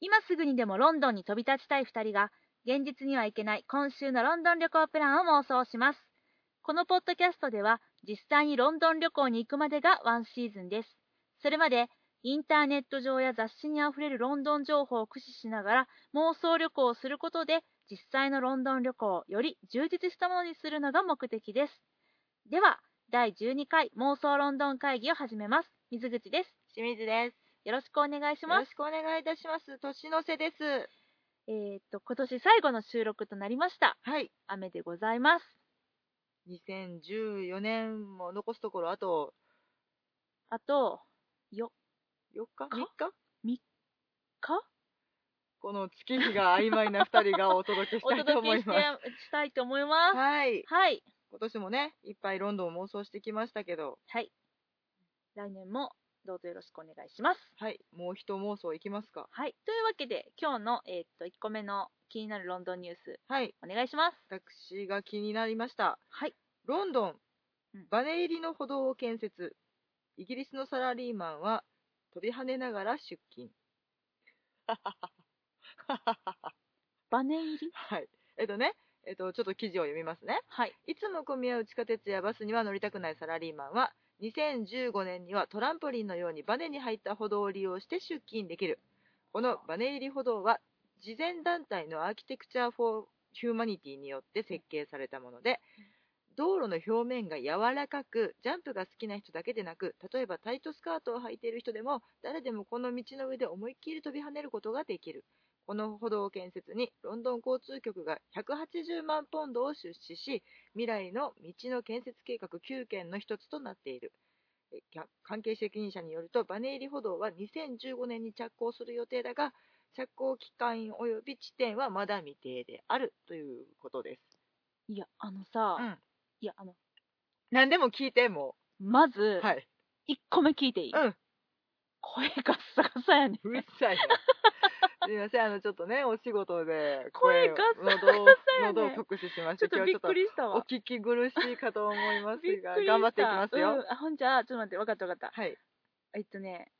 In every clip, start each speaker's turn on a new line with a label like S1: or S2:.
S1: 今すぐにでもロンドンに飛び立ちたい2人が現実には行けない今週のロンドン旅行プランを妄想しますこのポッドキャストでは実際にロンドン旅行に行くまでがワンシーズンですそれまでインターネット上や雑誌にあふれるロンドン情報を駆使しながら妄想旅行をすることで実際のロンドン旅行をより充実したものにするのが目的ですでは第12回妄想ロンドン会議を始めます水口です
S2: 清水です。
S1: よろしくお願いし
S2: よ
S1: ま
S2: ろ
S1: す。
S2: しくお願いいたします。年の瀬です。
S1: えーっと、今年最後の収録となりました。
S2: はい。
S1: 雨でございます。
S2: 2014年も残すところあと
S1: あと、4
S2: 4日 ?3
S1: か日
S2: 日この月日が曖昧な2人が お届けし
S1: お
S2: たいと
S1: 届
S2: 思
S1: け
S2: い
S1: して
S2: ます。
S1: したいと思います。
S2: はい。
S1: はい。
S2: 今年もね、いっぱいロンドンを妄想してきましたけど、
S1: はい。来年もどうぞよろしくお願いします。
S2: はい。もう一妄想いきますか。
S1: はい。というわけで、今日の、えーっと、1個目の気になるロンドンニュース、
S2: はい。
S1: お願いします。
S2: 私が気になりました。
S1: はい。
S2: ロンドン
S1: うん、
S2: バネ入りの歩道を建設。イギリスのサラリーマンは飛び跳ねながら出 勤。
S1: バネ入り
S2: はい。えっとね、えっと、ちょっと記事を読みますね。
S1: はい。
S2: いつも混み合う地下鉄やバスには乗りたくないサラリーマンは、2015年にはトランポリンのようにバネに入った歩道を利用して出勤できる。このバネ入り歩道は、慈善団体のアーキテクチャ・フォー・ヒューマニティによって設計されたもので、道路の表面が柔らかく、ジャンプが好きな人だけでなく、例えばタイトスカートを履いている人でも、誰でもこの道の上で思いっきり飛び跳ねることができる。この歩道を建設に、ロンドン交通局が180万ポンドを出資し、未来の道の建設計画9件の一つとなっているえきゃ関係責任者によるとバネ入り歩道は2015年に着工する予定だが着工期間及び地点はまだ未定であるということです、
S1: いや、あのさ、
S2: うん
S1: いや、あの、
S2: 何でも聞いても
S1: まず
S2: う、はい
S1: 1個目聞いていい、
S2: うん
S1: 声がサガサやね。
S2: うるさいな すいませんあのちょっとねお仕事で
S1: 声
S2: を
S1: ガサガサ
S2: 喉を
S1: やね
S2: 喉を酷使しまし
S1: ちょ
S2: た
S1: っと
S2: 今
S1: び
S2: 日ちょ
S1: っ
S2: っと
S1: くりした
S2: お
S1: わ。
S2: 聞き苦しいかと思います
S1: びっ
S2: が
S1: くりした
S2: 頑張っていきますよ、
S1: うんあほんじゃあ、ちょっと待って、分かった分かった。
S2: はい
S1: えっとね、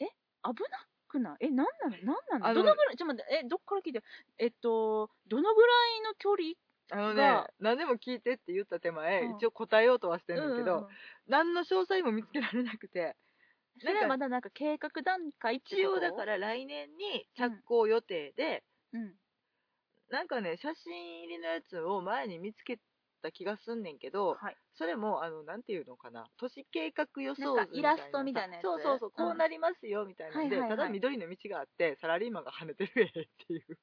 S1: え危なくないえ、なんなのなんなの
S2: あ
S1: ど
S2: の
S1: のぐらいちょっと待って、え、どっから聞いてえっと、どのぐらいの距離
S2: あのね
S1: が、
S2: 何でも聞いてって言った手前、
S1: うん
S2: 一応答えようとはしてる
S1: うんん
S2: だけ
S1: うん
S2: ど、
S1: うん
S2: 何の詳細も見つけられなくて、
S1: それはまだなんか計画段階って
S2: 一
S1: こと
S2: 応だから来年に着工予定で、
S1: うん。
S2: なんかね、写真入りのやつを前に見つけた気がすんねんけど、
S1: はい。
S2: それも、あの、なんていうのかな、都市計画予想図
S1: なんか
S2: みたい
S1: イラストみたいなやつ
S2: そうそうそう、
S1: うん
S2: こうなりますよ、みたいなんで、
S1: はいはいはい
S2: ただ緑の道があって、サラリーマンが跳ねてる絵っていう。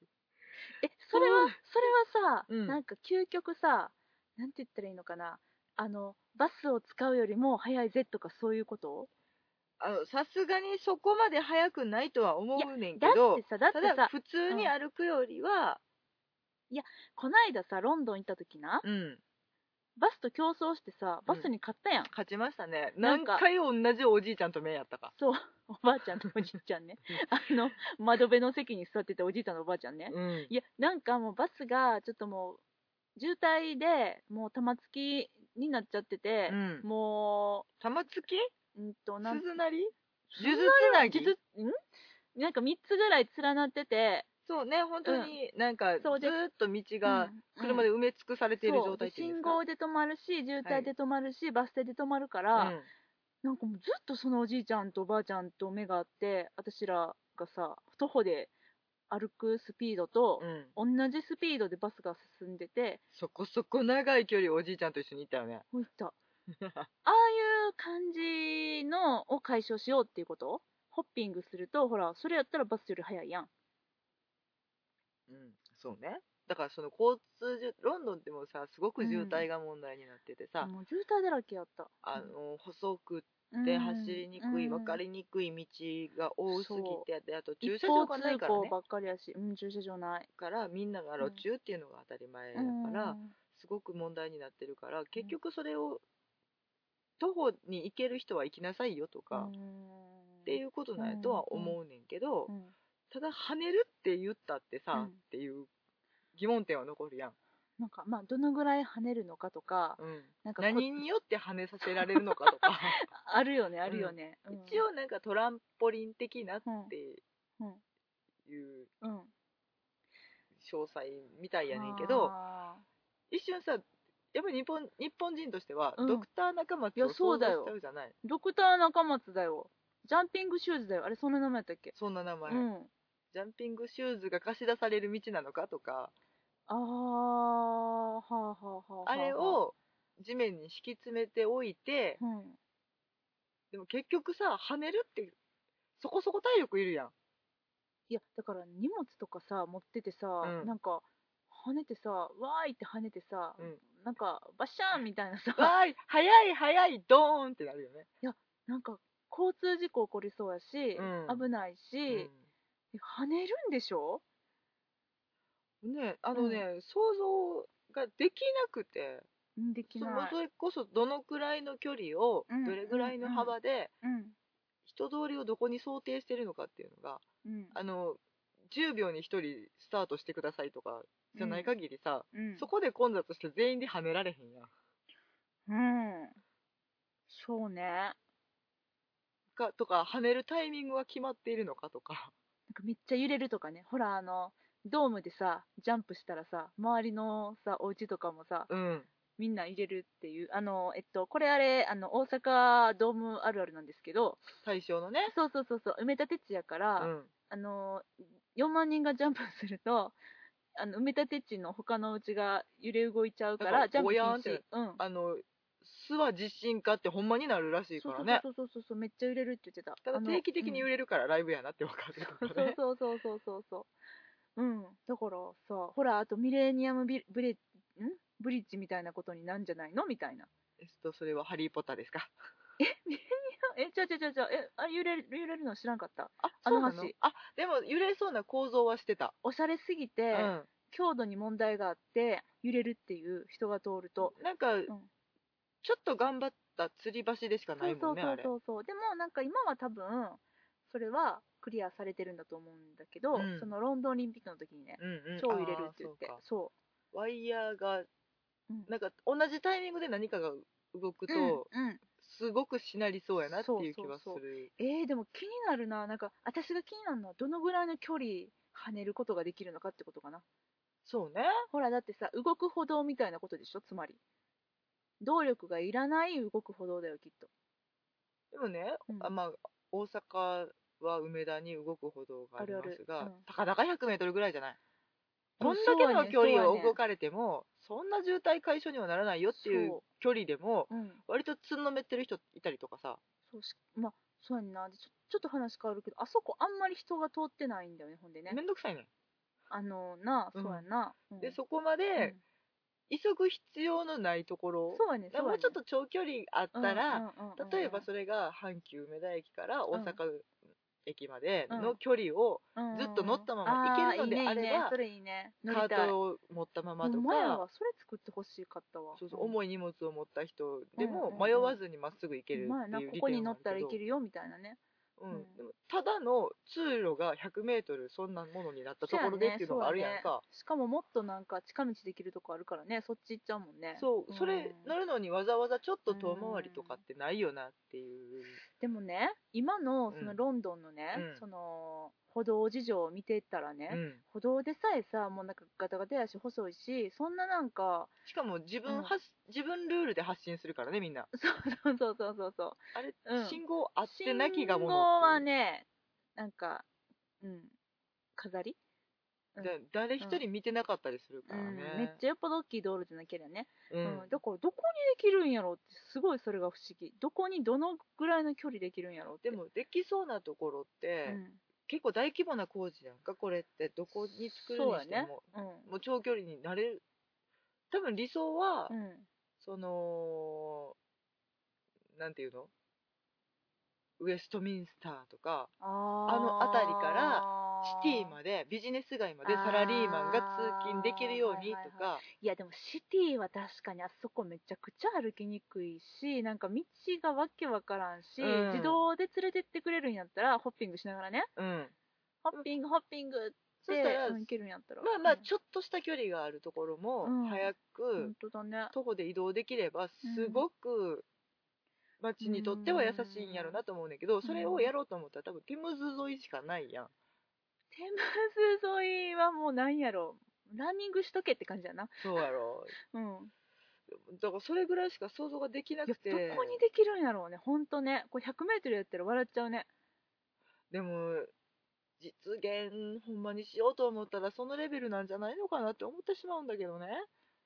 S1: え、それ
S2: う
S1: は
S2: ん、
S1: それはさ、
S2: うん
S1: なんか究極さ、なんて言ったらいいのかな。あの、バスを使うよりも早い Z とかそういうこと
S2: あの、さすがにそこまで早くないとは思うねんけ
S1: だっ
S2: ど
S1: て、さ、だって
S2: ただ
S1: さ、
S2: 普通に
S1: うん
S2: 歩くよりは、
S1: この間さ、ロンドン行った時な、
S2: うん、
S1: バスと競争してさ、バスに勝ったやん。
S2: 勝ちましたね。
S1: なん
S2: 何
S1: か
S2: 回同じおじいちゃんと目やったか。
S1: そう、おばあちゃんとおじいちゃんね。あの、窓辺の席に座ってたおじいちゃんのおばあちゃんね。
S2: うん
S1: いや、なんかもうバスがちょっともう、渋滞で、もう玉突きになっちゃってて、
S2: うん
S1: も
S2: 玉突き
S1: う、うんと、なん
S2: 鈴なり
S1: 鈴
S2: 数珠つなぎ
S1: 数珠んなんか3つぐらい連なってて、
S2: そうね、本当になんかず
S1: そうで
S2: ーっと道
S1: う
S2: が
S1: ん
S2: 車で埋め尽くされている
S1: そう
S2: 状態っていうんで
S1: 信
S2: すか、
S1: 号で止まるし、渋滞で止まるし、バス停で止まるから、
S2: うん
S1: なんかもうずっとそのおじいちゃんとおばあちゃんと目があって、私らがさ、徒歩で歩くスピードと、
S2: うん
S1: 同じスピードでバスが進んでて、
S2: そこそこ長い距離おじいちゃんと一緒に行ったよね。
S1: もういった。ああいう感じのを解消しようっていうことホッピングすると、ほら、それやったらバスより早いやん。
S2: うん、そうね。だからその交通渋ロンドンってもうさすごく渋滞が問題になっててさ、
S1: もう渋滞だらけやった。
S2: あの細く
S1: うん、
S2: て走りにくい、
S1: うん
S2: 分かりにくい道が多すぎてであと駐
S1: 一
S2: 車
S1: 方
S2: 場がない
S1: 通
S2: から
S1: 行
S2: ね
S1: ばっかりやし、うん、駐車場ない。
S2: からみんなが路中っていうのが当たり前だから、
S1: うん
S2: すごく問題になってるから結局それを徒歩に行ける人は行きなさいよとか、
S1: う
S2: っ
S1: ん
S2: ていうことなんやとは思うねんけど、
S1: うん
S2: ただ跳ねるって言ったってさ、
S1: うん
S2: っていう疑問点は残るやん、
S1: なんか、まあ、どのぐらい跳ねるのかとか、
S2: うん、
S1: なんかこ
S2: 何によって跳ねさせられるのかとか
S1: あるよね、あるよね。うん
S2: 一応なんかトランポリン的なって
S1: うん
S2: いう
S1: うん。
S2: 詳細みたいやねんけど
S1: あ
S2: 一瞬さやっぱり日本日本人としては、
S1: うん
S2: ドクター中松
S1: いや
S2: を
S1: そう
S2: 想
S1: だ
S2: 像
S1: よ
S2: しちゃうじゃない
S1: ー。ドクター中松だよ。ジャンピングシューズだよ。あれ、そんな名前やったっけ、
S2: そんな名前、
S1: うん。
S2: ジャンピングシューズが貸し出される道なのかとか
S1: あー、はあはあはあはあ。
S2: あれ、を地面に敷き詰めておいて
S1: うん。
S2: でも結局さ跳ねるってそこそこ体力 いるやん
S1: いや、だから荷物とかさ、持っててさ、
S2: うん
S1: なんか、跳ねてさ、わーいって跳ねてさ、
S2: うん
S1: なんか、バシャーンみたいな さ、
S2: わーい早い早いドーンってなるよね
S1: なんか、交通事故起こりそうやし、
S2: うん
S1: 危ないし、跳ねるんでしょ
S2: うんねあのね、想像ができなくて
S1: うんでき
S2: そ
S1: ない。
S2: れこそどのくらいの距離を
S1: うん
S2: どれぐらいの幅で
S1: うん。
S2: 人通りをどこに想定してるのかっていうのが
S1: うん。
S2: あの10秒に1人スタートしてくださいとかじゃない限りさ、
S1: うん、
S2: そこで混雑して全員で跳ねられへんやん
S1: うん。そうね。なん
S2: かとか跳ねるタイミングは決まっているのかとか
S1: かめっちゃ揺れるとかね。ほら、あの、ドームでさ、ジャンプしたらさ、周りのさ、お家とかもさ、
S2: うん
S1: みんな入れるっていう。あの、えっと、これあれ、あの、大阪ドームあるあるなんですけど、
S2: 対象のね
S1: そうそうそうそう、埋め立て地やか
S2: う
S1: ら、
S2: ん
S1: あの、4万人がジャンプすると、あの埋め立て地の他のうちが揺れ動いちゃうか
S2: な
S1: ら、
S2: ん
S1: ジャン
S2: か
S1: プ禁
S2: ぼやーんって
S1: 止。うん。
S2: あの諏訪地震化ってほんまになるらしいからね
S1: そうそうそうそうそう、めっちゃ揺れるって言ってた。
S2: ただ定期的に揺
S1: れ
S2: れるからライブやなって分かる
S1: る、
S2: からね
S1: そうそうそうそうそうそう。うん。だからさ、ほら、あとミレニアムビブレんブリッジみたいなことになんじゃないのみたいな。
S2: えっとそれは「ハリー・ポッター」ですか
S1: え、ちゃうちゃうちゃうちゃう。え、あれ揺れる、揺れるの知らんかった。
S2: あ
S1: あの
S2: そうな
S1: 橋
S2: あでも揺れそうな構造はしてた、
S1: おしゃれすぎて、
S2: うん
S1: 強度に問題があって、揺れるっていう人が通ると。
S2: なんか、ちょっと頑張った吊り橋でしかな
S1: そ
S2: いう
S1: そう
S2: もんね
S1: そ
S2: あ
S1: う
S2: れ
S1: そうそう。でも、なんか今は多分、それはクリアされてるんだと思うんだけど、
S2: うん
S1: そのロンドンオリンピックの時にね、
S2: うんうん
S1: 超揺れるって言って
S2: あーそう。
S1: そ
S2: かワイヤーが
S1: う。うん
S2: なんか同じタイミングで何かが動くと、
S1: うんうん
S2: すごくしなりそうやなっていう気はす
S1: そうそう
S2: る
S1: えー、でも気になるな、なんか私が気になるのは、どのぐらいの距離跳ねることができるのかってことかな。
S2: そうね
S1: ほら、だってさ、動く歩道みたいなことでしょ、つまり。動力がいらない動く歩道だよ、きっと。
S2: でもね、
S1: うん
S2: あまあ大阪は梅田に動く歩道がありますが
S1: あるあるうん
S2: たかだか1 0 0ルぐらいじゃない
S1: うん
S2: こんだけ
S1: そうや
S2: の
S1: ね
S2: 距離
S1: そう
S2: を
S1: やね
S2: 動かれても、そんな渋滞解消にはならないよっていう
S1: そ
S2: 距離でも、
S1: う。うん。
S2: 割とつんのめってる人いたりとかさ、
S1: そうし、まあ、そうやんな。でちょちょっと話変わるけど、あそこあんまり人が通ってないんだよね、ほんでね
S2: め。んどくさいね。
S1: あのな、
S2: うん
S1: そうやな。うん
S2: で、そこまで
S1: うん
S2: 急ぐ必要のないところ、
S1: そうやね、
S2: だから
S1: そう
S2: も
S1: やね。
S2: うちょっと長距離あったら、
S1: うんうんうんうん、
S2: 例えばそれが阪急梅田駅から大阪駅まで
S1: う
S2: の
S1: ん
S2: 距離を
S1: うんうん
S2: ずっと乗ったまま行けるのであ
S1: ー
S2: れば
S1: いいねいいねそれいいね。乗り
S2: カ
S1: たい
S2: ートを持ったままと
S1: ほんまや
S2: か
S1: わ、それ作ってほしかったわ。
S2: そうそう
S1: うん
S2: 重い荷物を持った人で
S1: うんう
S2: も
S1: んうん
S2: 迷わずにまっすぐ行ける
S1: ほんまや
S2: っ
S1: な
S2: てい
S1: こ
S2: う利点はあ
S1: こに
S2: るけど
S1: 乗ったらいけるよみたいなね。
S2: うん
S1: うん
S2: でもただの通路が 100m そんなものになったところでっていうのがあるやんか
S1: しかももっとなんか近道できるとこあるからね、そっち行っちゃうもんね。
S2: そうそ
S1: う
S2: れ
S1: ん
S2: 乗るのにわざわざちょっと遠回りとかってないよなっていう
S1: でもね、今のその
S2: うん
S1: ロンドンのね、
S2: うん
S1: その歩道事情を見てたらね、
S2: うん
S1: 歩道でさえさ、もうなんかガタガタやし細いし、そんななんか、
S2: しかも自
S1: うん
S2: 分発自分ルールで発信するからねみんな
S1: そうそうそうそうそう。
S2: あれ
S1: うん
S2: 信号あってなきがもの
S1: 信号はね、なんか、うん、飾り、うん
S2: だ誰一人見てなかったりするか
S1: う
S2: ら
S1: ん
S2: ね、
S1: めっちゃよっぽど大きい道路じゃなきゃね、
S2: う
S1: うんんだからどこにできるんやろうって、すごいそれが不思議。どこにどのぐらいの距離できるんやろうって。
S2: でもできそうなところっ
S1: う
S2: て、
S1: ん、
S2: 結構大規模な工事やんかこれってどこに作るにしても,、
S1: うん、
S2: もう長距離になれる多分理想は、
S1: うん、
S2: そのなんていうのウェストミンスターとか
S1: あ
S2: あの辺りからシティ
S1: で。
S2: までビジネス街までサラリーマンが通勤できるようにと
S1: あー
S2: か
S1: いやでもシティは確かにあそこめちゃくちゃ歩きにくいし、なんか道がわけわからんし、
S2: うん
S1: 自動で連れてってくれるんやったら、ホッピングしながらね。
S2: うん
S1: ホッピング、ホッピングって、
S2: そしたら
S1: うんいけるんやったら。
S2: まあまあ
S1: うん
S2: ちょっとした距離があるところも
S1: うん
S2: 早く
S1: 本当だね。
S2: 徒歩で移動できればすごく街にとっては優しいんやろなと思うんだけどそれをやろうと思ったら多分テムズ沿いしかないやん
S1: テムズ沿いはもうなんやろランニングしとけって感じだな
S2: そうやろ
S1: うん
S2: だからそれぐらいしか想像ができない
S1: や
S2: くて
S1: どこにできるんやろうねほんとねこれ 100m やったら笑っちゃうね
S2: でも実現ほんまにしようと思ったらそのレベルなんじゃないのかなって思ってしまうんだけどね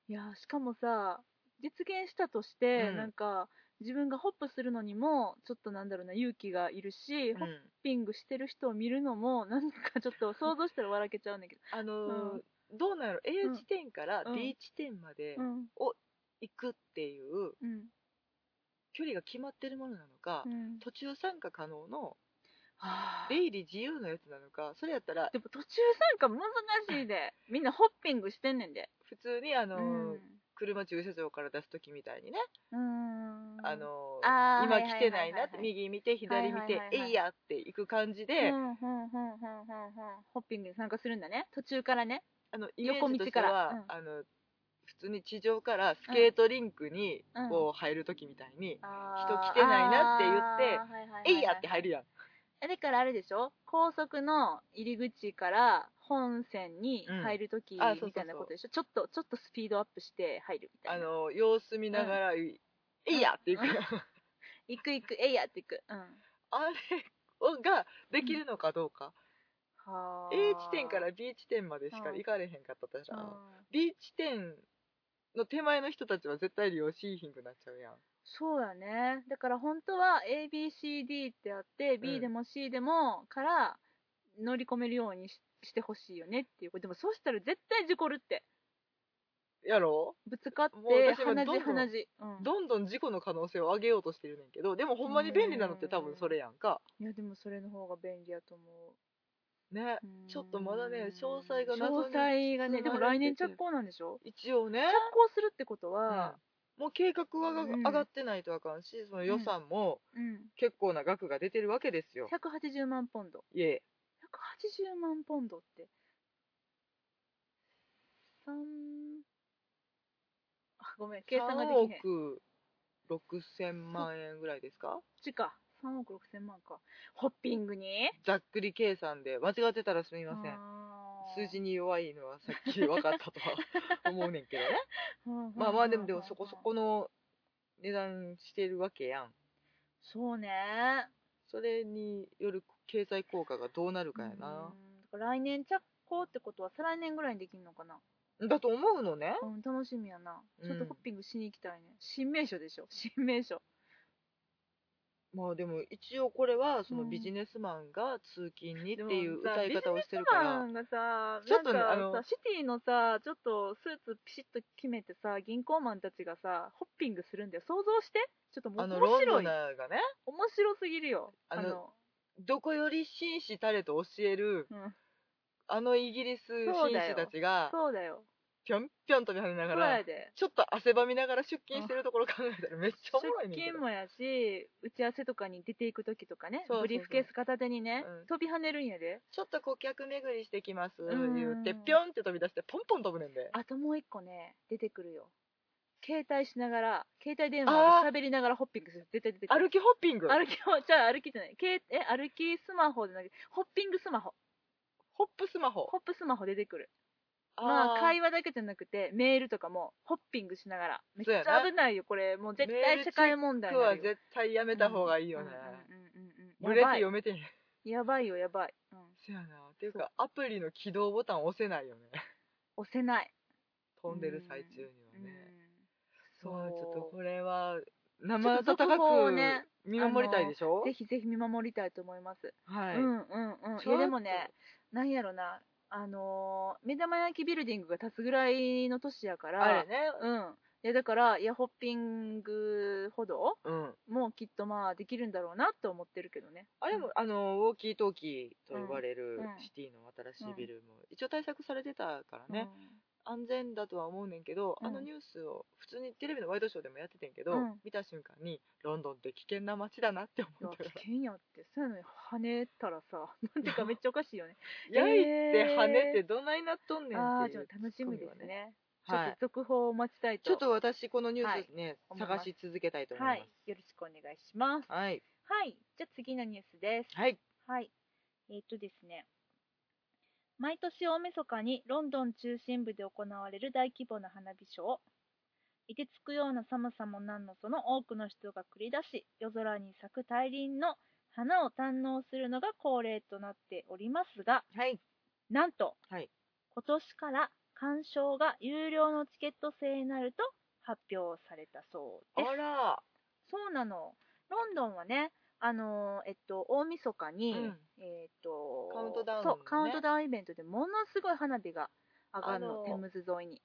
S1: いやしかもさ実現したとして、
S2: うん
S1: なんか自分がホップするのにもちょっとなんだろうな勇気がいるし、ホッ
S2: ん
S1: ピングしてる人を見るのもなんかちょっと想像したら笑けちゃうんだけど、
S2: あのー
S1: うん
S2: どうなんやろ A
S1: うん
S2: 地点から
S1: うん
S2: B 地点まで
S1: うん
S2: 行くっていう
S1: うん
S2: 距離が決まってるものなのか、
S1: うん、
S2: 途中参加可能の
S1: はあ
S2: 出入り自由のやつなのかそれやったら
S1: でも途中参加難しいでみんなホッピングしてんねんで
S2: 普通にあ
S1: う
S2: のー、
S1: んう
S2: 車駐車場から出す時みたいにね、
S1: ーん
S2: あの
S1: あー
S2: 今来てないなって、
S1: はいはいはいはい
S2: 右見て左見て、
S1: はいはいはいはい
S2: えいやって行く感じ
S1: うん
S2: で、
S1: うんうんうんうんうんホッピングに参加するんだね途中からね
S2: あのイメ
S1: 横
S2: ー
S1: 道
S2: ジとしては、
S1: からうん
S2: あの普通に地上からスケートリンクに
S1: うん
S2: こう入る時みたいに、
S1: 人
S2: 来てないなって言ってえいやって入るやん、
S1: えだからあれでしょ高速の入り口から本線に入るときみ
S2: んあそうそうそう
S1: たいなことでしょ、ちょっとちょっとスピードアップして入るみたい
S2: あ
S1: な
S2: の様子見ながら、えいやって行く、
S1: うん行く行くえいやって行くうん
S2: あれができるのかどうか、
S1: はあ
S2: A 地点から B 地点までしか行かれへんかったとした
S1: う
S2: ら、
S1: ん
S2: B 地点の手前の人たちは絶対利用しいひんくなっちゃうやん
S1: そうやねだから本当は ABCD ってあって
S2: う
S1: B
S2: ん
S1: でも C でもから乗り込めるようにししてほしいよねっていうでもそうしたら絶対事故るって
S2: やろ
S1: ぶつかって
S2: もう私はどん
S1: 鼻
S2: どん
S1: 血鼻血うん
S2: どんどん事故の可能性を上げようとしてるねんけどでもほんまに便利なのって多分それやんか
S1: いやでもそれの方が便利やと思う
S2: ねちょっとまだね詳細が謎
S1: 詳
S2: に
S1: 細がねでも来年
S2: 包まれ
S1: 着
S2: てて
S1: 工なんでしょ
S2: 一応ね
S1: 着、工するってこと
S2: うん
S1: は、
S2: もう計画はが
S1: うん
S2: 上がってないとあかんしその予算も
S1: うん
S2: 結構な額が出てるわけですよ、
S1: 180万ポンド
S2: いえ
S1: 180万ポンドって3あごめん計算がで
S2: 3
S1: きへんこ
S2: 億6000万円ぐらいですか
S1: っちか3億6千万かホッピングに
S2: ざっくり計算で間違ってたらすみません数字
S1: に
S2: に弱いのはさっき分かったとは思うねんけどねまあまあでもでもそこそこの値段してるわけやん
S1: そうね
S2: それによる経済効果がどうなるかや
S1: う
S2: な、
S1: んだから来年着工ってことは再来年ぐらいにできるのかな
S2: だと思うのね
S1: うん、楽しみやな。
S2: うん
S1: ちょっとホッピングしに行きたいね。新名所でしょ 新名所。
S2: まあでも一応これはそうの
S1: ん
S2: ビジネスマンが通勤にってい
S1: で
S2: う
S1: もさ
S2: 歌い方をしてるから
S1: ビジネスマンがさ、
S2: ちょっとね
S1: なんか
S2: あの
S1: さ、シティのさ、ちょっとスーツピシッと決めてさ、銀行マンたちがさ、ホッピングするんだよ。想像して。ちょっともう
S2: あの
S1: 面
S2: ロン
S1: 白
S2: ド
S1: い。
S2: ナ
S1: 面
S2: ーがね
S1: 白すぎるよ。
S2: あ
S1: あ
S2: の
S1: の、
S2: どこより紳士たれと教える
S1: うん、
S2: あのイギリス
S1: そう
S2: 紳
S1: だよ
S2: 士たちが
S1: そうだよ。
S2: ぴょんぴょん飛び跳ね
S1: そ
S2: なが
S1: うや
S2: ら
S1: で。
S2: ちょっと汗ばみながら出勤してるところ考えたらめっちゃおもろ
S1: 出
S2: いねんけ
S1: 勤
S2: ど
S1: もやし、打ち合わせとかに出ていくときとかね
S2: そうそうそう
S1: ブリーフケース片手にね、
S2: うん
S1: 飛び跳ねるんやで。
S2: ちょっと顧客巡りしてきます
S1: うん
S2: 言ってぴょんって飛び出してポンポン飛ぶねんで
S1: あともう一個ね、出てくるよ。携帯しながら、携帯電話で喋りながらホッピングする。絶対出てくる。
S2: 歩きホッピング
S1: 歩き も、じゃあ歩きじゃない。けえ、歩きスマホじゃなくて、ホッピングスマホ。
S2: ホップスマホ
S1: ホップスマホ出てくる。まあ、
S2: 話
S1: 会話だけじゃなくて、メールとかも、ホッピングしながら。めっち
S2: そうや
S1: ゃ
S2: な
S1: 危ないよ、これ。もう絶
S2: メー
S1: 対
S2: ル
S1: 社会問題にな
S2: は
S1: るよ。
S2: 絶対やめた方がいいよ
S1: う
S2: ね
S1: んうんうんうんうん
S2: ブレって
S1: やばい
S2: 読めてへん
S1: やばいよ、やばい。うん。
S2: そやなっていうかアプリの起動ボタン押せないよね
S1: 押せない。
S2: 飛んでる最中に
S1: う
S2: は
S1: ん
S2: ね。
S1: そ
S2: そうちょっと
S1: う。
S2: これは生温
S1: ちょっと
S2: か
S1: 続報をね
S2: く見守りたいでしょ
S1: ぜひぜひ見守りたいと思います。うん
S2: はい
S1: うんうん。
S2: ち
S1: い
S2: ょ
S1: や
S2: っと
S1: でもね、なんやろな、あのー目玉焼きビルディングが建つぐらいの年やから、
S2: あれね
S1: うん。いやだから、いや、ホッピング歩道
S2: うん
S1: もきっとまあできるんだろうなと思ってるけどね。
S2: あれもあのウォーキートーキーと呼ばれる
S1: うん
S2: シティの新しいビルも一応対策されてたから
S1: うん、
S2: ね安全だとは思うねんけど、
S1: うん
S2: あのニュースを普通にテレビのワイドショーでもやっててんけど、
S1: うん
S2: 見た瞬間にロンドンって危険な街だなって
S1: いや
S2: 思ったか
S1: 危険やって、そうやのに跳ねたらさ、 なんていうかめっちゃおかしいよね。や
S2: ら 焼いて
S1: えー
S2: 跳ねてどないなっとんねん
S1: あ
S2: っ
S1: あ、
S2: て
S1: ち
S2: い
S1: ょっ
S2: う
S1: と楽しみですね。ちょ
S2: は
S1: っ
S2: い
S1: と続報を待ちたいと。
S2: ちょっと私このニュースね、
S1: はい
S2: 探し続けたいと思い
S1: は
S2: ま
S1: い、
S2: す
S1: よろしくお願いします。
S2: はい
S1: はい、じゃあ次のニュースです。
S2: はい
S1: はい。えっ、とですね。毎年大晦日にロンドン中心部で行われる大規模な花火ショー凍てつくような寒さもなんのその多くの人が繰り出し夜空に咲く大輪の花を堪能するのが恒例となっておりますが
S2: はい。
S1: なんと、
S2: はい
S1: 今年から鑑賞が有料のチケット制になると発表されたそう
S2: あ
S1: です
S2: ら。
S1: そうなのロンドンはねあのーえっと大晦日に、
S2: うん
S1: えっと
S2: カウントダウンの
S1: そ
S2: ね
S1: うカウントダウンイベントでものすごい花火が上がるの
S2: あの
S1: テムズ沿いに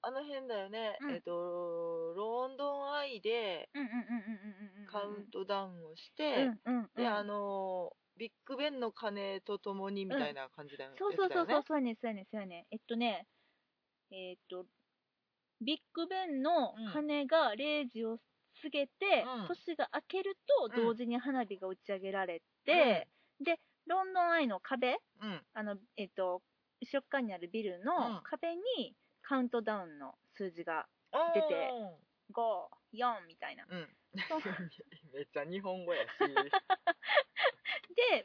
S2: あの辺だよね。
S1: うん
S2: えっと、ロンドンアイで
S1: うんうんうんうんうんうん
S2: カウントダウンをし
S1: う
S2: て、
S1: んうんうん
S2: で、あのー、ビッグベンの鐘とともにみたいな感じだよね。
S1: そうそうそうそう、
S2: やつ
S1: そうやねんそうやねんそうやねんえっとねえっとビッグベンの鐘が0時を過ぎて、
S2: うん
S1: 年が明けると同時に花火が打ち上げられ
S2: だよ
S1: て、でロンドンアイの壁
S2: うん、うん。
S1: あのえっと一緒っかにあるビル
S2: うん
S1: の壁にカウントダウンの数字が
S2: あー
S1: 出て54みたいな
S2: うん。
S1: そう
S2: めっちゃ日本語やし。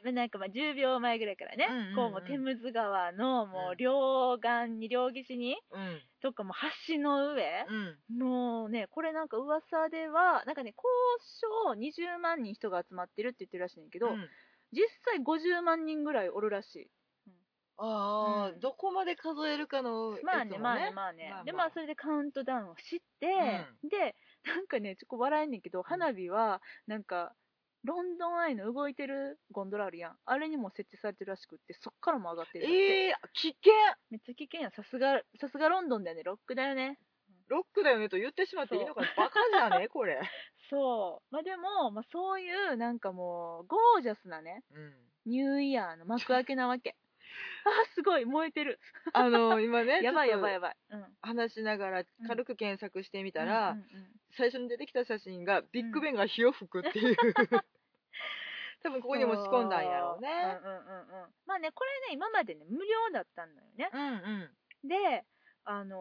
S1: でまあなんかまあ10秒前ぐらいからね、
S2: うんうんうん
S1: こうもうテムズ川のも
S2: う
S1: うん両岸に両岸に
S2: うん。
S1: と かもう橋の上、
S2: うん。
S1: もうね、これなんか噂では、なんかね、交渉20万人人が集まってるって言ってるらしいんだけど、
S2: うん
S1: 実際50万人ぐらいおるらしい。
S2: ああ、
S1: うん
S2: どこまで数えるかのやつもね。
S1: まあね、まあね、まあね。
S2: まあまあ
S1: で、まあそれでカウントダウンを知って、
S2: う
S1: で、なんかね、ちょっと笑えんねんけど、花火は、なんか、ロンドンアイの動いてるゴンドラあるやん。あれにも設置されてるらしくって、そっからも上がってるんだって。
S2: ええ危険
S1: めっちゃ危険やん。さすが、さすがロンドンだよね。ロックだよね。
S2: ロックだよねと言ってしまっていいのかなバカ じゃねこれ。
S1: そう。まあでも、まあそういう、なんかもう、ゴージャスなね、
S2: うん、
S1: ニューイヤーの幕開けなわ け。あーすごい燃えてる。
S2: あの今 ね、
S1: やばい
S2: ち
S1: や
S2: ょっと
S1: ばいやばい。うん。
S2: 話しながら軽く検索してみたら、
S1: うんうん
S2: 最初に出てきた写真がビッグベンが火を吹くっていう。 多分ここにも仕込んだんやろうね。
S1: うんうんうんうん。まあねこれね今までね無料だったのよね。
S2: うんうん。
S1: で。あの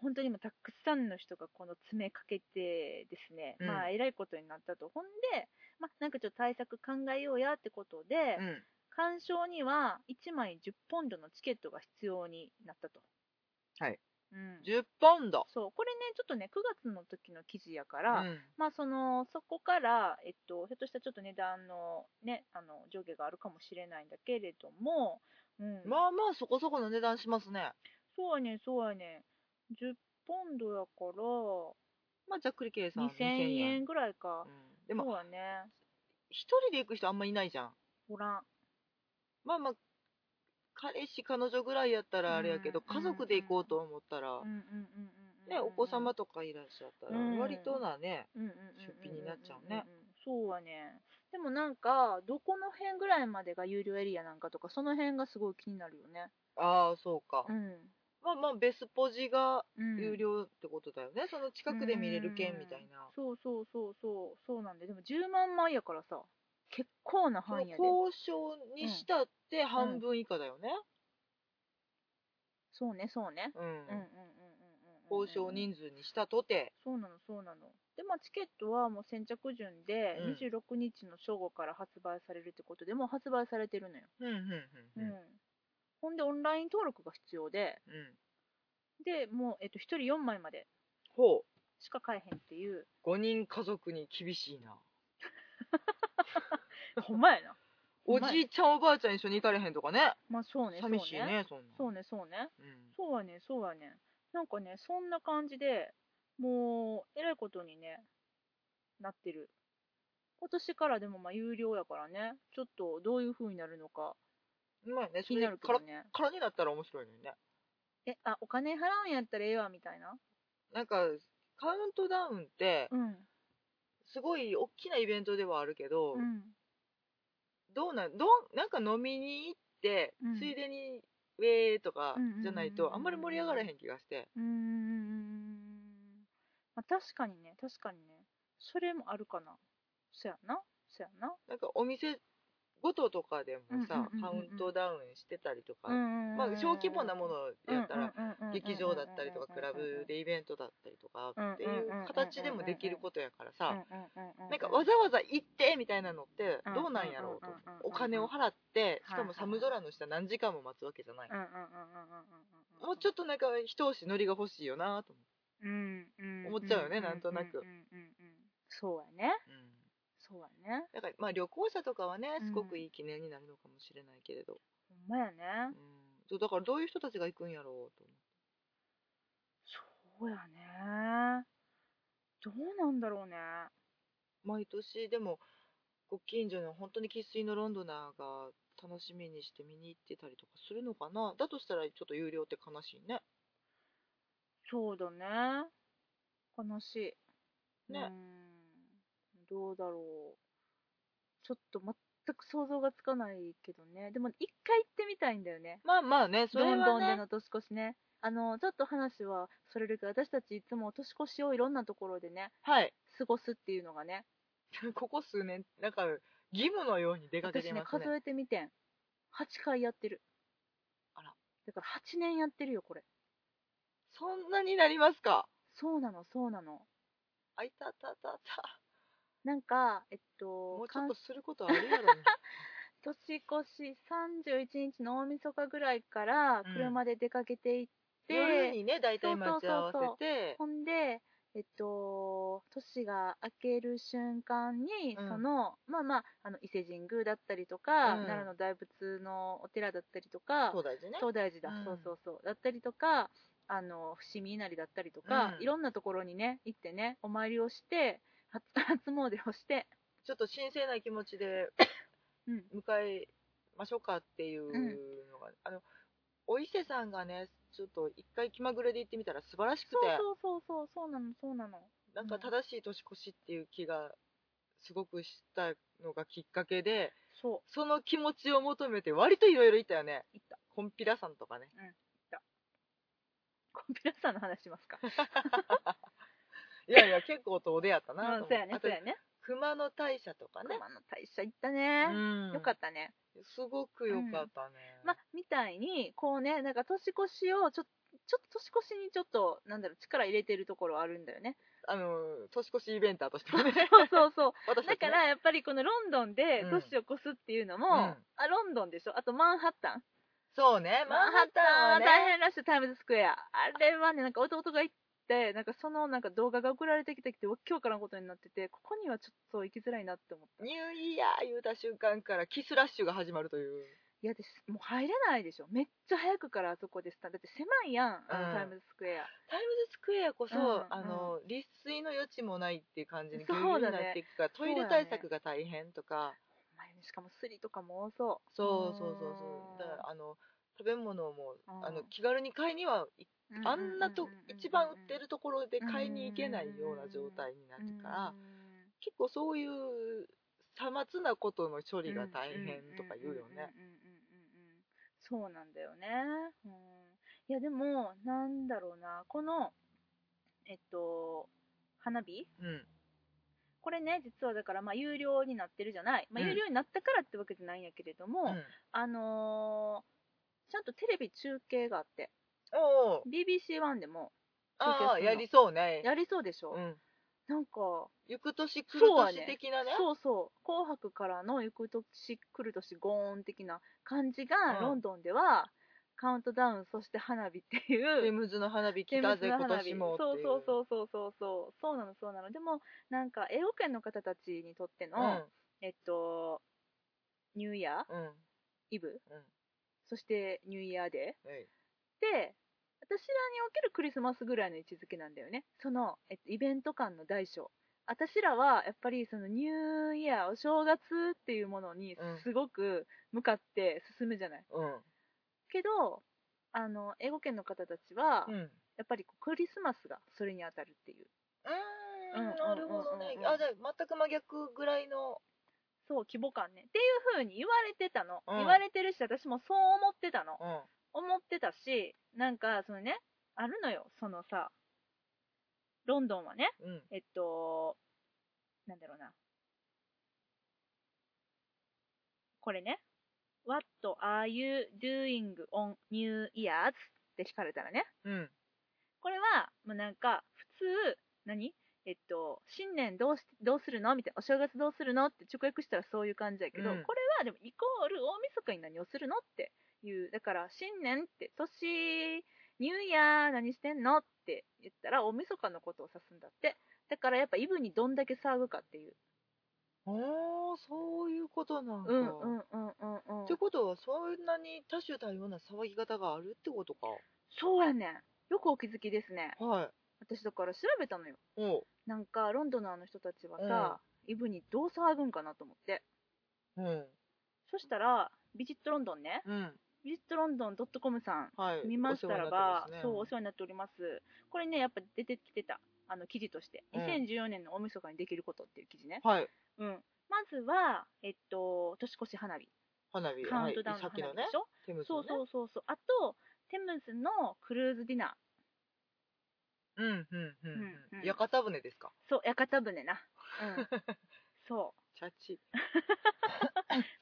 S1: ー本当にもうたくさんの人がこの詰めかけてですね、
S2: うん
S1: まあえらいことになったとほんで、まあ、なんかちょっと対策考えようやってことで、
S2: うん
S1: 鑑賞には1枚10ポンドのチケットが必要になったと。
S2: はい、
S1: うん、
S2: 10ポンド。
S1: そうこれねちょっとね9月の時の記事やか
S2: う
S1: ら、
S2: ん
S1: まあそのそこから、えっと、ひょっとしたらちょっと値段の,、ね、あの上下があるかもしれないんだけれども、うん、
S2: まあまあそこそこの値段しますね。
S1: そうやねんそうやねん10ポンドやから
S2: まあざっくり計
S1: 2000
S2: 算うん
S1: 円ぐらいか、
S2: でも
S1: そうやね
S2: 一人で行く人あんまいないじゃん。
S1: ほらん
S2: まあまあ彼氏彼女ぐらいやったらあれやけど、
S1: うん
S2: 家族で行こうと思ったら、
S1: うんうんうんうんうん
S2: ね、お子様とかいらっしゃったら、
S1: うん
S2: 割となね、
S1: うんうんうん
S2: 出費になっちゃうね
S1: うんうんそうやねでもなんかどこの辺ぐらいまでが有料エリアなんかとかその辺がすごい気になるよね
S2: ああそうか、
S1: うん
S2: まあまあベスポジが
S1: うん
S2: 有料ってことだよね、その近くで見れる券みたいな、
S1: そうそうそうそうそうなんででも10万枚やからさ結構な
S2: その
S1: 範囲やで
S2: 交渉にしたって半分以下だよね、
S1: そうねそうね
S2: うん
S1: うんうんうんうんうんうん
S2: 交渉人数にしたとて、
S1: そうなのそうなのでまあチケットはもう先着順で
S2: うん
S1: 26日の正午から発売されるってことでもう発売されてるのよ、
S2: うんうん
S1: う
S2: うんんうん
S1: ほんでオンライン登録が必要ででもう、えっと、1人4枚まで
S2: ほ
S1: しか買えへんっていう
S2: う5人家族に厳しいな
S1: ほんまやな
S2: おじいちゃんおばあちゃん一緒に行かれへんとかね
S1: まあそうねそう
S2: 寂しい
S1: ね
S2: ねそんな
S1: そうねそうね
S2: うん
S1: そうやねんそうやねんなんかねそんな感じでもうえらいことにねなってる今年からでもまあ有料やからねちょっとどういう風になるのか
S2: まあね、そ
S1: 気にな
S2: れ
S1: るけ
S2: から
S1: どね
S2: からになったら面白いのにね。
S1: えあお金払うんやったらええわみたいな
S2: なんか、カウントダウンって、
S1: うん
S2: すごい大きなイベントではあるけど、
S1: うん
S2: どうなん、どう、なんか飲みに行って、
S1: うん
S2: ついでに、ウェーとか
S1: うん
S2: じゃない
S1: うんうんうんう
S2: と、
S1: ん
S2: あんまり盛り上がらへん気がして。
S1: うーんまあ確かにね確かにねそれもあるかなそやなそやな
S2: なんかお店5頭とかでもさ、
S1: うんうん
S2: カ
S1: うんうん
S2: ウントダウンしてたりとか、ま
S1: ま
S2: あ、小規模なものやったら、劇場だったりとかクラブ
S1: で
S2: でイベントだったりとか
S1: うん
S2: っていう形でもできることやからさ、な
S1: なん
S2: かわざわざ行ってみたいなのってどうなんやろうと
S1: うんうんうんうんうん
S2: お金を払って
S1: はい
S2: しかも寒空の下何時間も待つわけじゃないもうち
S1: ょっ
S2: ょっとなんか一押し乗りが欲しいよなと思
S1: と思
S2: 思っちゃうよねなんとなく
S1: そうやね
S2: う、
S1: そうやね
S2: だからまあ旅行者とかはね
S1: うん
S2: すごくいい記念になるのかもしれないけれど、
S1: ほんまやね
S2: うんそうだからどういう人たちが行くんやろうと
S1: そうやねどうなんだろうね
S2: 思う毎年でもご近所の本当に生粋のロンドナーが楽しみにして見に行ってたりとかするのかなだとしたらちょっと有料って悲しいね
S1: そうだね悲しいうん
S2: ね
S1: どうだろうちょっと全く想像がつかないけどねでも一回行ってみたいんだよね
S2: まあまあねそれは
S1: ロ
S2: ね
S1: ンドンでの年越しね。あの、ちょっと話はそれるけど、私たちいつも年越しをいろんなところでね、
S2: はい
S1: 過ごすっていうのがね、
S2: ここ数年、なんか義務のように出かけ
S1: 私
S2: て
S1: ね、
S2: ますね。
S1: 数えてみてん。8回やってる。
S2: あら。
S1: だから8年やってるよ、これ。
S2: そんなになりますか
S1: そうなの、そうなの。
S2: あいたたたた。
S1: なんか、えっと、
S2: もうちょっ
S1: かん
S2: とすることあるや ろね。
S1: 年越し31日の大晦日ぐらいから
S2: うん
S1: 車で出かけていって、
S2: 夜にね、大体待ち合わ
S1: そうそう
S2: せて、
S1: ほんで、えっと、年が明ける瞬間に、
S2: うん
S1: その、まあまあ、あの、伊勢神宮だったりとか、
S2: うん
S1: 奈良の大仏のお寺だったりとか、
S2: 東大寺ね。
S1: 東大寺だ、
S2: うん
S1: そうそうそう、だったりとか、あの、伏見稲荷だったりとか、
S2: うん
S1: いろんなところにね、行ってね、お参りをして、初 初詣をして、
S2: ちょっと神聖な気持ちで
S1: うん、
S2: 迎えましょうかっていうのが、あの、お伊勢さんがね、ちょっと一回気まぐれで行ってみたら素晴らしくて
S1: そう、そうそうそう、そうなの、そうなの。
S2: なんか正しい年越しっていう気がすごくしたのがきっかけで、
S1: そ
S2: その気持ちを求めて割といろいろ行ったよね。
S1: う、行った。
S2: コンピラさんとかね。
S1: コンピラさんの話し ますか。
S2: いや いや、結構遠出やった
S1: う
S2: なと思
S1: ん、
S2: っ
S1: そう
S2: て
S1: やね
S2: あ、と
S1: そうやね。
S2: 熊野大社とかね。
S1: 熊野大社行ったね。
S2: うん
S1: よかったね。
S2: すごくよかったね。
S1: まあ、みたいに、こうね、なんか年越しをちょ、ちょっと年越しにちょっと、なんだろう、力入れてるところあるんだよ ね。
S2: あの、年越しイベンターとし てもね。
S1: そうそうそう。
S2: 私た
S1: だ
S2: ちね
S1: から、やっぱりこのロンドンで
S2: うん
S1: 年を越すっていうのも、
S2: うん
S1: あ、ロンドンでしょあとマンハッタン。
S2: そうね、マンハッタンはね、
S1: 大変らしい、タイムズスクエア。あれはね、なんか弟が行って、なんかそのなんか動画が送られてきてきて、わっ今日からのことになってて、ここにはちょっと行きづらいなって思って。
S2: ニューイヤー言うた瞬間からキスラッシュが始まるという。
S1: いや、私、もう入れないでしょ。めっちゃ早くからあそこでスタートだって狭いやん、あの
S2: うん
S1: タイムズスクエア。
S2: タイムズスクエアこそ、
S1: うんうん
S2: あの、立水の余地もないっていう感じにぎゅうぎゅ
S1: そうう
S2: に
S1: だ
S2: な
S1: ね
S2: っていくから、トイレ対策が大変とか、
S1: 前にしかもスリとかも多そう
S2: そうそうそうそう。だから、あの、食べ物も、
S1: うん
S2: あの、気軽に買いには行っあんなと一番売ってるところで買いに行けないような状態になるから結構そういうさまつなことの処理が大変とか言うよ
S1: んうんうんうん
S2: ね。
S1: うんうんそうなんだよね、うん、いやでもなんだろうなこのえっと花火
S2: うん
S1: これね実はだからまあ有料になってるじゃない、まあ、
S2: うん
S1: 有料になったからってわけじゃないんやけれども、
S2: うん
S1: あのーちゃんとテレビ中継があって
S2: おお
S1: BBC1 でも
S2: ああやりそうね。
S1: やりそうでしょ、
S2: うん、
S1: なんか
S2: 行く年来る
S1: そうは
S2: 年
S1: ね
S2: 的なね。
S1: そうそう「紅白」からの行く年来る年ゴーン的な感じが、
S2: うん
S1: ロンドンではカウントダウンそして花火ってい
S2: テ
S1: う。
S2: ムズの花火来
S1: ム
S2: た
S1: ズ
S2: ぜ
S1: の
S2: 今
S1: 花火
S2: 年もってい
S1: そうそうそ
S2: う。
S1: うそうそうそうそうなのそうなのでもなんか英語圏の方たちにとっての、えっとニューイヤー
S2: うんうん
S1: イブ
S2: うん
S1: そしてニューイヤーデ
S2: はい
S1: ーで私らにおけるクリスマスぐらいの位置づけなんだよねその、えっと、イベント間の大小私らはやっぱりそのニューイヤーお正月っていうものに
S2: うん
S1: すごく向かって進むじゃない、
S2: うん
S1: けどあの英語圏の方たちは、
S2: うん
S1: やっぱりこうクリスマスがそれに当たるっていう
S2: うーんなるほどね。あじゃあ全く真逆ぐらいの。
S1: そう規模感ねっていう風に言われてたの、
S2: うん
S1: 言われてるし私もそう思ってたの
S2: うん
S1: 思ってたしなんかそのねあるのよそのさロンドンはね
S2: うん
S1: えっと、なんだろうな。これね、What are you doing on New Year's? って聞かれたらね、
S2: うん。
S1: これは、もうなんか、普通、何えっと、新年どうしどうするのみたいな、お正月どうするのって直訳したらそういう感じやけど、
S2: うん
S1: これはでもイコール大晦日に何をするのっていう、だから新年って年、ニューイヤー何してんのって言ったら大晦日のことを指すんだって。だからやっぱイブにどんだけ騒ぐかっていう。
S2: おー、そういうことなんか。
S1: うんうんうんうんうん
S2: って。ことは、そんなに多種多様な騒ぎ方があるってことか。
S1: そうやねん。よくお気づきですね。
S2: はい。
S1: 私だから調べたのよ。
S2: おう。
S1: なんかロンドンのあの人たちはさ、イブにどう騒ぐんかなと思って。
S2: うん。
S1: そしたら、ビジットロンドンね、
S2: うん。
S1: ビジットロンドン .com さん、
S2: はい。
S1: 見ましたらば、そう、お
S2: う。
S1: 世話になっております。これね、やっぱ出てきてた、あの記事として、
S2: うん
S1: 2014年の大晦日にできることっていう記事ね。
S2: はい。
S1: うん。まずは、えっと、年越し花火、
S2: 花火。
S1: カウントダウン
S2: さ
S1: の
S2: っき
S1: 花
S2: の
S1: 火で
S2: ね
S1: し。ょ、
S2: テムズ
S1: そ
S2: の
S1: う
S2: ね。
S1: そうそうそう。あと、テムズのクルーズディナー。
S2: うんうんうん
S1: うん
S2: う
S1: うんん
S2: 屋形船ですか
S1: そう、屋形船な。 うん。そう。
S2: チャチ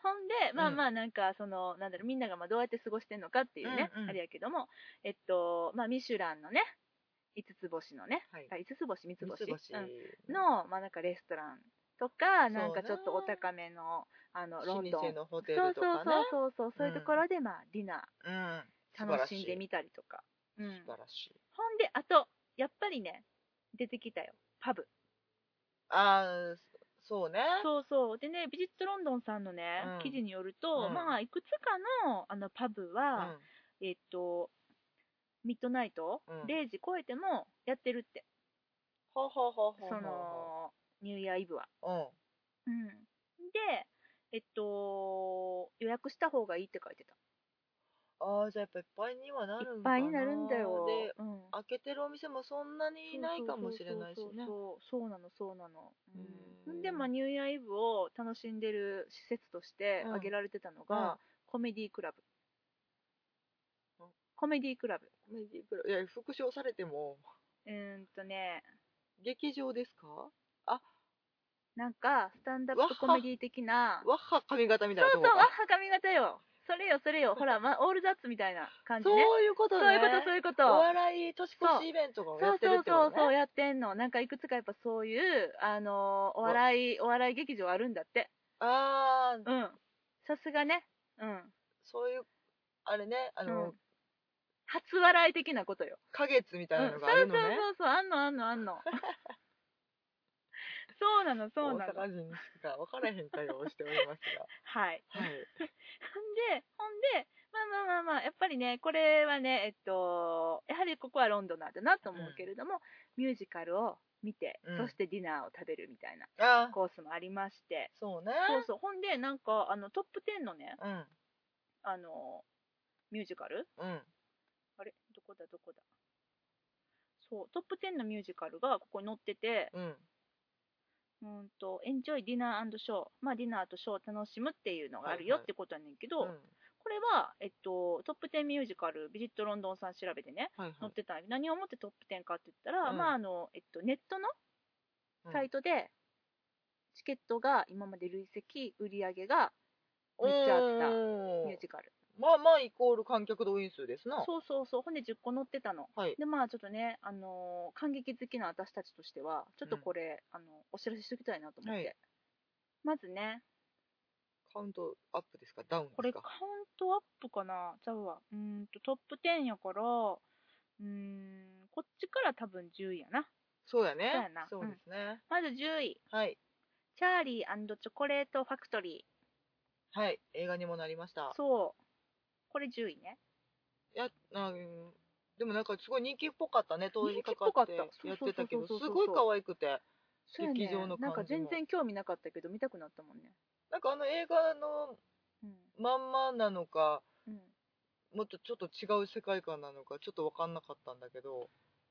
S1: ほんで、まあ
S2: うん
S1: まあなんか、その、なんだろう、みんながまあどうやって過ごしてんのかっていうね、
S2: うんうん
S1: あれやけども、えっと、まあミシュランのね、五つ星のね、
S2: はい
S1: あ五つ星、三つ
S2: 三
S1: 星
S2: つ星
S1: うん、の、まあなんかレストランとか、なんか
S2: そうね
S1: ちょっとお高めの、あの、ロンド
S2: 老舗
S1: ン。
S2: のホテ
S1: そう
S2: ルと
S1: そう
S2: かね
S1: そうそう、そういうところで、まあディナ
S2: うん
S1: ー
S2: 素晴ら
S1: 楽
S2: しい
S1: しんでみたりとか。うん、
S2: 素晴らしい
S1: ほんで、あと、やっぱりね、出てきたよ、パブ。
S2: ああそうね
S1: そうそう。でね、ビジットロンドンさんのね、
S2: うん
S1: 記事によると、
S2: うん
S1: まあ、いくつかの、あの、パブは、えっと、ミッドナイト、
S2: うん
S1: 0時超えてもやってるって、
S2: ほうほうほうほうほ
S1: そ
S2: う
S1: の、ニューイヤーイブは。
S2: うん
S1: うん。で、えっと、予約した方がいいって書いてた。
S2: ああじゃあやっぱいっぱいにはなるん
S1: いっ
S2: か
S1: ぱいになるんだよ。
S2: で
S1: うん、
S2: 開けてるお店もそんなにいないかもしれないしね
S1: そうそうそうそうそうなの、そうなの。う、
S2: うんん
S1: で、まあ、ニューイヤーイブを楽しんでる施設として
S2: うん
S1: 挙げられてたの
S2: う
S1: が、
S2: ん
S1: コメディクラブ
S2: うん。
S1: コメディクラブ。
S2: コメディクラブいや復唱されても
S1: うーんとね、
S2: 劇場ですか
S1: なんか、スタンダップコメディ的な、
S2: わっは髪型みたい
S1: そう
S2: な
S1: そ
S2: と
S1: う、
S2: こ
S1: わっは
S2: か
S1: 髪型よ。それよ、それよ。ほら、ま、オールザッツみたいな感じね。
S2: そういうこと
S1: そう
S2: ね
S1: いうこと、そういうこと。
S2: お笑い年越しイベントがや
S1: そ
S2: っ
S1: う
S2: てる
S1: そう
S2: ってこ
S1: そ
S2: と
S1: う
S2: ね
S1: そう、やってんの。なんかいくつかやっぱそういう、あのーお笑い、お笑い劇場あるんだって。
S2: ああ
S1: うん。さすがね。うん。
S2: そういう、あれね、あの、
S1: うん初笑い的なことよ。
S2: 花月みたいな
S1: うん。
S2: の
S1: そ
S2: がある
S1: うそう
S2: のね。
S1: そうそう、あんのあんのあ んの。そうなの、そうなの。
S2: 大阪人にしか分からへん会話をしております
S1: はい。
S2: が。はい。
S1: ほんで、ほんで、まあまあまあまあ、やっぱりね、これはね、えっと、やはりここはロンドンなんだなと思うけれども、ミュージカルを見て、
S2: うん
S1: そしてディナーを食べるみたいな
S2: ああ、
S1: コースもありまして、
S2: そうね。
S1: そうそう、ほんで、なんか、あの、トップ10のね、
S2: うん。
S1: あの、ミュージカル
S2: うん。
S1: あれどこだどこだそう、トップ10のミュージカルがここに載ってて、
S2: うん。
S1: うーんと、エンジョイディナーショー、まあディナーとショーを楽しむっていうのがあるよ
S2: はいはい
S1: ってことやねんけど、
S2: うん
S1: これは、えっと、トップ10ミュージカル、ビジットロンドンさん調べてね、
S2: はいは
S1: 載っ
S2: い。
S1: てたんやけど何をもってトップ10かって言ったら、
S2: うん
S1: まああの、えっと、ネットの
S2: うん
S1: サイトで、チケットが今まで累積売り上げがめっちゃあった
S2: おー
S1: ミュージカル。
S2: まあまあ、イコール観客動員数ですな。
S1: そうそうそう、ほんで10個載ってたの。
S2: はい。
S1: で、まあちょっとね、あのー感激好きな私たちとしては、ちょっとこれ、あのお知らせしておきたいなと思って。
S2: はい
S1: まずね、
S2: カウントアップですか、ダウンですか。
S1: これカウントアップかなちゃうわ。うーんと、トップ10やから、うーん、こっちから多分10位やな。
S2: そうや
S1: そうや
S2: ね
S1: な。
S2: そうですね。
S1: まず10位、
S2: はい。
S1: チャーリーチョコレートファクトリ
S2: はい。映画にもなりまし
S1: ー。
S2: た。
S1: そう。これ10位ね。
S2: いや、うんでもなんかすごい人気っぽかったね、当時
S1: 人
S2: かか
S1: 気っぽかっ
S2: ったて
S1: そう
S2: やってたけど、
S1: そうそうそうそう
S2: すごい可愛くて。
S1: そうやね
S2: 劇場の感じも
S1: なんか全然興味なかったけど、見たくなったもんね。
S2: なんかあの映画の
S1: うん。
S2: まんまなのか
S1: うん
S2: もっとちょっと違う世界観なのかちょっと分かんなかったんだけど、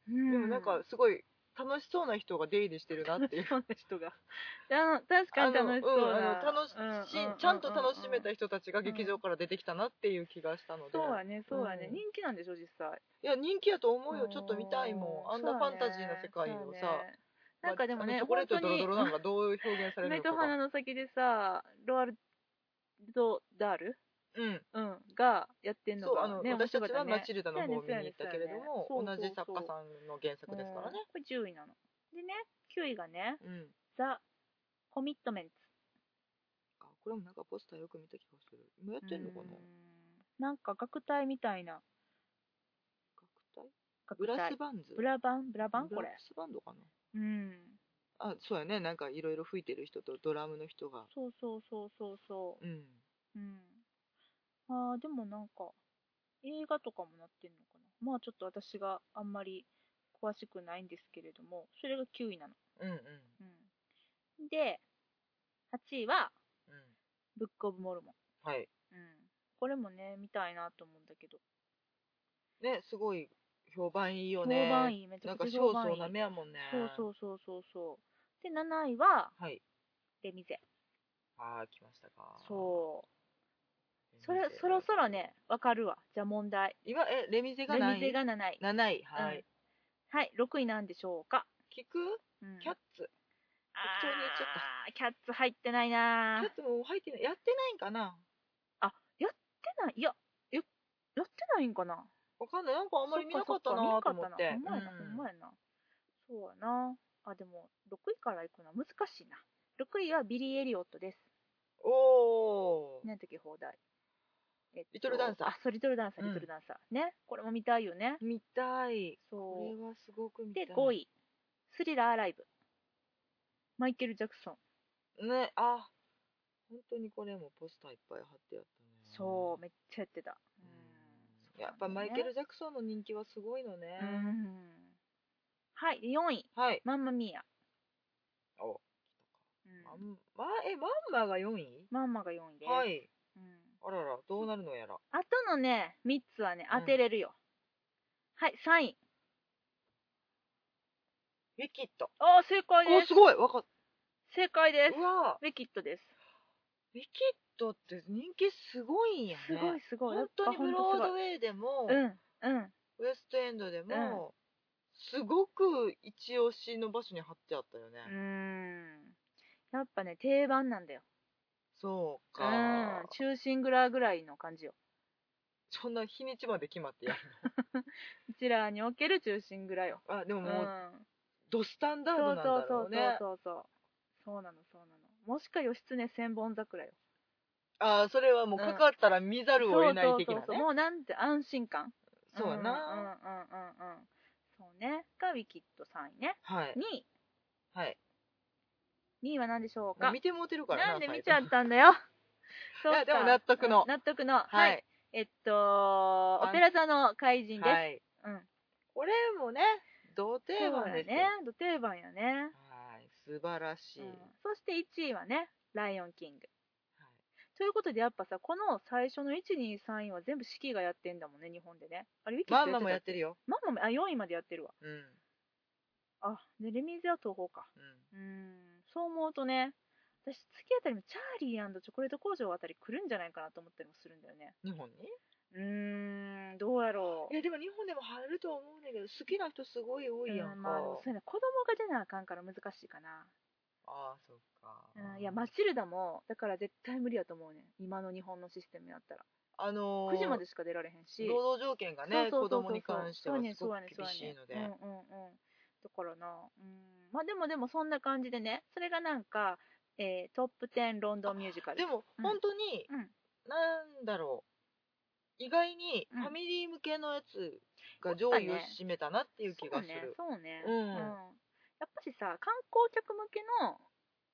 S1: うん、
S2: でもなんかすごい楽しそうな人が出入りしてるなっていう
S1: 楽しそうな人が。 あの確かに楽しそう
S2: あのうん
S1: な。
S2: あの楽し
S1: うん
S2: しちゃんと楽しめ
S1: うんうんうん
S2: た人たちが劇場から出てきたなっていう気がしたので、
S1: そうやね、そうやね。
S2: うん
S1: 人気なんでしょ、実際。
S2: いや人気やと思うよちょっと見たいもんあんなファンタジーな世界を
S1: そうや
S2: さ、
S1: ねなんかでも
S2: まあ
S1: ね、
S2: チョコレート
S1: 本当
S2: ドロ
S1: に
S2: ドロなんかどう表現される
S1: 目
S2: の
S1: と
S2: か
S1: 鼻
S2: が
S1: の先でさ、ロアル、ド・ダール、
S2: うん、
S1: うん、がやってんの
S2: そうあ
S1: が、
S2: の
S1: ね、面
S2: 私
S1: 白
S2: た
S1: かった
S2: ちはマ
S1: ね
S2: チルダの方を見に行ったけれども、
S1: そうやねそうやね
S2: 同じ作家さんの原作ですからね。
S1: うんこれ10位なの。でね、9位がね、
S2: うん、
S1: ザ・コミットメンツ。
S2: あこれもなんかポスターよく見た気がする。今やってんのかな
S1: うーんなんか楽隊みたいな
S2: 楽隊
S1: 楽
S2: ブ
S1: 隊
S2: ラスバンズ
S1: ブラバンブラバン
S2: ブ
S1: こ
S2: ラ
S1: れ
S2: スバンドかな
S1: うん
S2: あそうやねなんかいろいろ吹いてる人とドラムの人が
S1: そうそうそうそうそ
S2: うん
S1: ううんあーでもなんか映画とかもなってんのかなまあちょっと私があんまり詳しくないんですけれどもそれが9位なの
S2: うんうん
S1: うんで8位は
S2: うん
S1: ブックオブモルモン
S2: はい
S1: うんこれもね見たいなと思うんだけど
S2: ねすごい評判いいよ
S1: 評
S2: ね
S1: 判いいめち
S2: な
S1: ゃ
S2: んか
S1: くちゃ
S2: 少
S1: 評判い
S2: 々
S1: い
S2: な目やもんね
S1: そうそうそうそうそうで7位は
S2: はい
S1: レミゼ
S2: ああ来ましたか
S1: そう
S2: う
S1: それそろそろね、わかるわ。じゃあ問題。
S2: 今えレミゼが
S1: レ
S2: 何
S1: ミ
S2: 位
S1: ゼが7位。
S2: 7位
S1: うん
S2: はい、
S1: はい、6位なんでしょうか。
S2: 聞く
S1: うん、
S2: キャッ
S1: あー
S2: ツ適当に言っちゃっ
S1: キャッツ入ってない
S2: キ
S1: な
S2: ャ
S1: ー
S2: ッツも入ってないやってないんかな
S1: やってない。いや、えやってないんかな。
S2: わかんないなんかあ
S1: あ
S2: んまり見なかったなと思って
S1: ほんまやな、ほんまやな。そうやな。あ、でも、6位からいくのは難しいな。6位はビリー・エリオットです。
S2: おおー
S1: 何時放題。えっと
S2: リトルダンサー
S1: あ、そう、リトルダンサー、
S2: うん
S1: リトルダンサー。ね。これも見たいよね。
S2: 見たい
S1: そう
S2: これ。はすごく見たい
S1: で、5位、スリラーライブ。マイケル・ジャクソン。
S2: ねあ本当にこれもポスターいっぱい貼ってやったね
S1: そう、めっちゃやってた。
S2: う
S1: うんん
S2: やっぱマイケル・・ジャクソンの人気はすごいのね、
S1: そうなんだよねうん。はい、で4位、
S2: はい
S1: マンマミーア。
S2: お
S1: うん
S2: まんまえマンマが4位
S1: マンマが4位です。
S2: はい
S1: うん
S2: あららどうなるのやら
S1: あとのね、3つはね、
S2: うん
S1: 当てれるよ。はい、3位。
S2: ウィキッド
S1: あー、正解で
S2: お
S1: すす。
S2: ごいわかっ
S1: 正解です
S2: う。わ
S1: ウィキッドです。
S2: ウィキッドって人気すごいんやね
S1: すごいすごい。
S2: 本当に
S1: やっぱ
S2: ブロードウ
S1: ほんと
S2: ェイでも、
S1: すごいうん、うん。
S2: ウエストエンドでも、すごく一押しの場所に貼ってあったよね、
S1: うーん。やっぱね、定番なんだよ。
S2: そう
S1: う
S2: か、
S1: ん。中心ぐらいぐらいの感じよ。
S2: そんな日にちまで決まってやる
S1: こちらにおける中心ぐらいよ。
S2: のあでも
S1: うん
S2: もう、、ドスタンダー
S1: そ
S2: ドな
S1: うんそう
S2: だ
S1: そ
S2: ろ
S1: う
S2: うね
S1: そうそうそうなのそうなのもしか義経千本桜よ
S2: ああそれはもうかかったら見ざるを得ない的なね
S1: そうそうそうそうもうなんて安心感
S2: そう
S1: う
S2: や
S1: んうん
S2: な、
S1: うんうんうんそうねがウィキッド3位ね
S2: はい
S1: 2
S2: はい
S1: 位2位は何でしょう
S2: もう
S1: か
S2: 見てもうてるから
S1: なん
S2: な
S1: で
S2: 最後
S1: 見ちゃったんだ よそう
S2: いやでも納得の
S1: うん納得のはい、
S2: はい
S1: えっと
S2: あん
S1: オペラ座の怪人です、
S2: はい
S1: うん
S2: これもね同定番です
S1: そう
S2: よ、
S1: やねど定番やね、
S2: はい素晴らしい、
S1: うん
S2: はい、
S1: そして1位はねライオンキングということでやっぱさこの最初の123位は全部四季がやってんだもんね日本でねあれウィキッド
S2: マンマもやって
S1: る
S2: るよ
S1: マンマもあ4位までやってるわ
S2: うんうん
S1: あでレミゼは東宝かうーんそう思うとね私月あたりもチャーリーチョコレート工場あたり来るんじゃないかなと思ったりもするんだよね
S2: 日本に
S1: うーんどうやろ
S2: いうやでも日本でも入るとは思うんだけど好きな人すごい多いやんか、
S1: うんまあでもそうやな子供が出なあかんから難しいかな
S2: ああそっか
S1: うんいやマチルダもだから絶対無理やと思うね今の日本のシステムやったら
S2: あのー
S1: 9時までしか出られへんし
S2: 労働条件がね
S1: そうそう
S2: 子
S1: そうそう
S2: 供に関してはすご
S1: そう
S2: く
S1: やねんそうや
S2: 厳
S1: ねん
S2: しいので、
S1: そうやねんうんうんうんだからなうんまあでもでもそんな感じでねそれがなんか、えートップ10ロンドンミュージカル
S2: でも
S1: うん
S2: 本当に、
S1: うん
S2: なんだろう意外に
S1: うん
S2: ファミリー向けのやつが上位を占めたなっていう気がする、
S1: そうねそうね
S2: うん
S1: やっぱしさ観光客向けの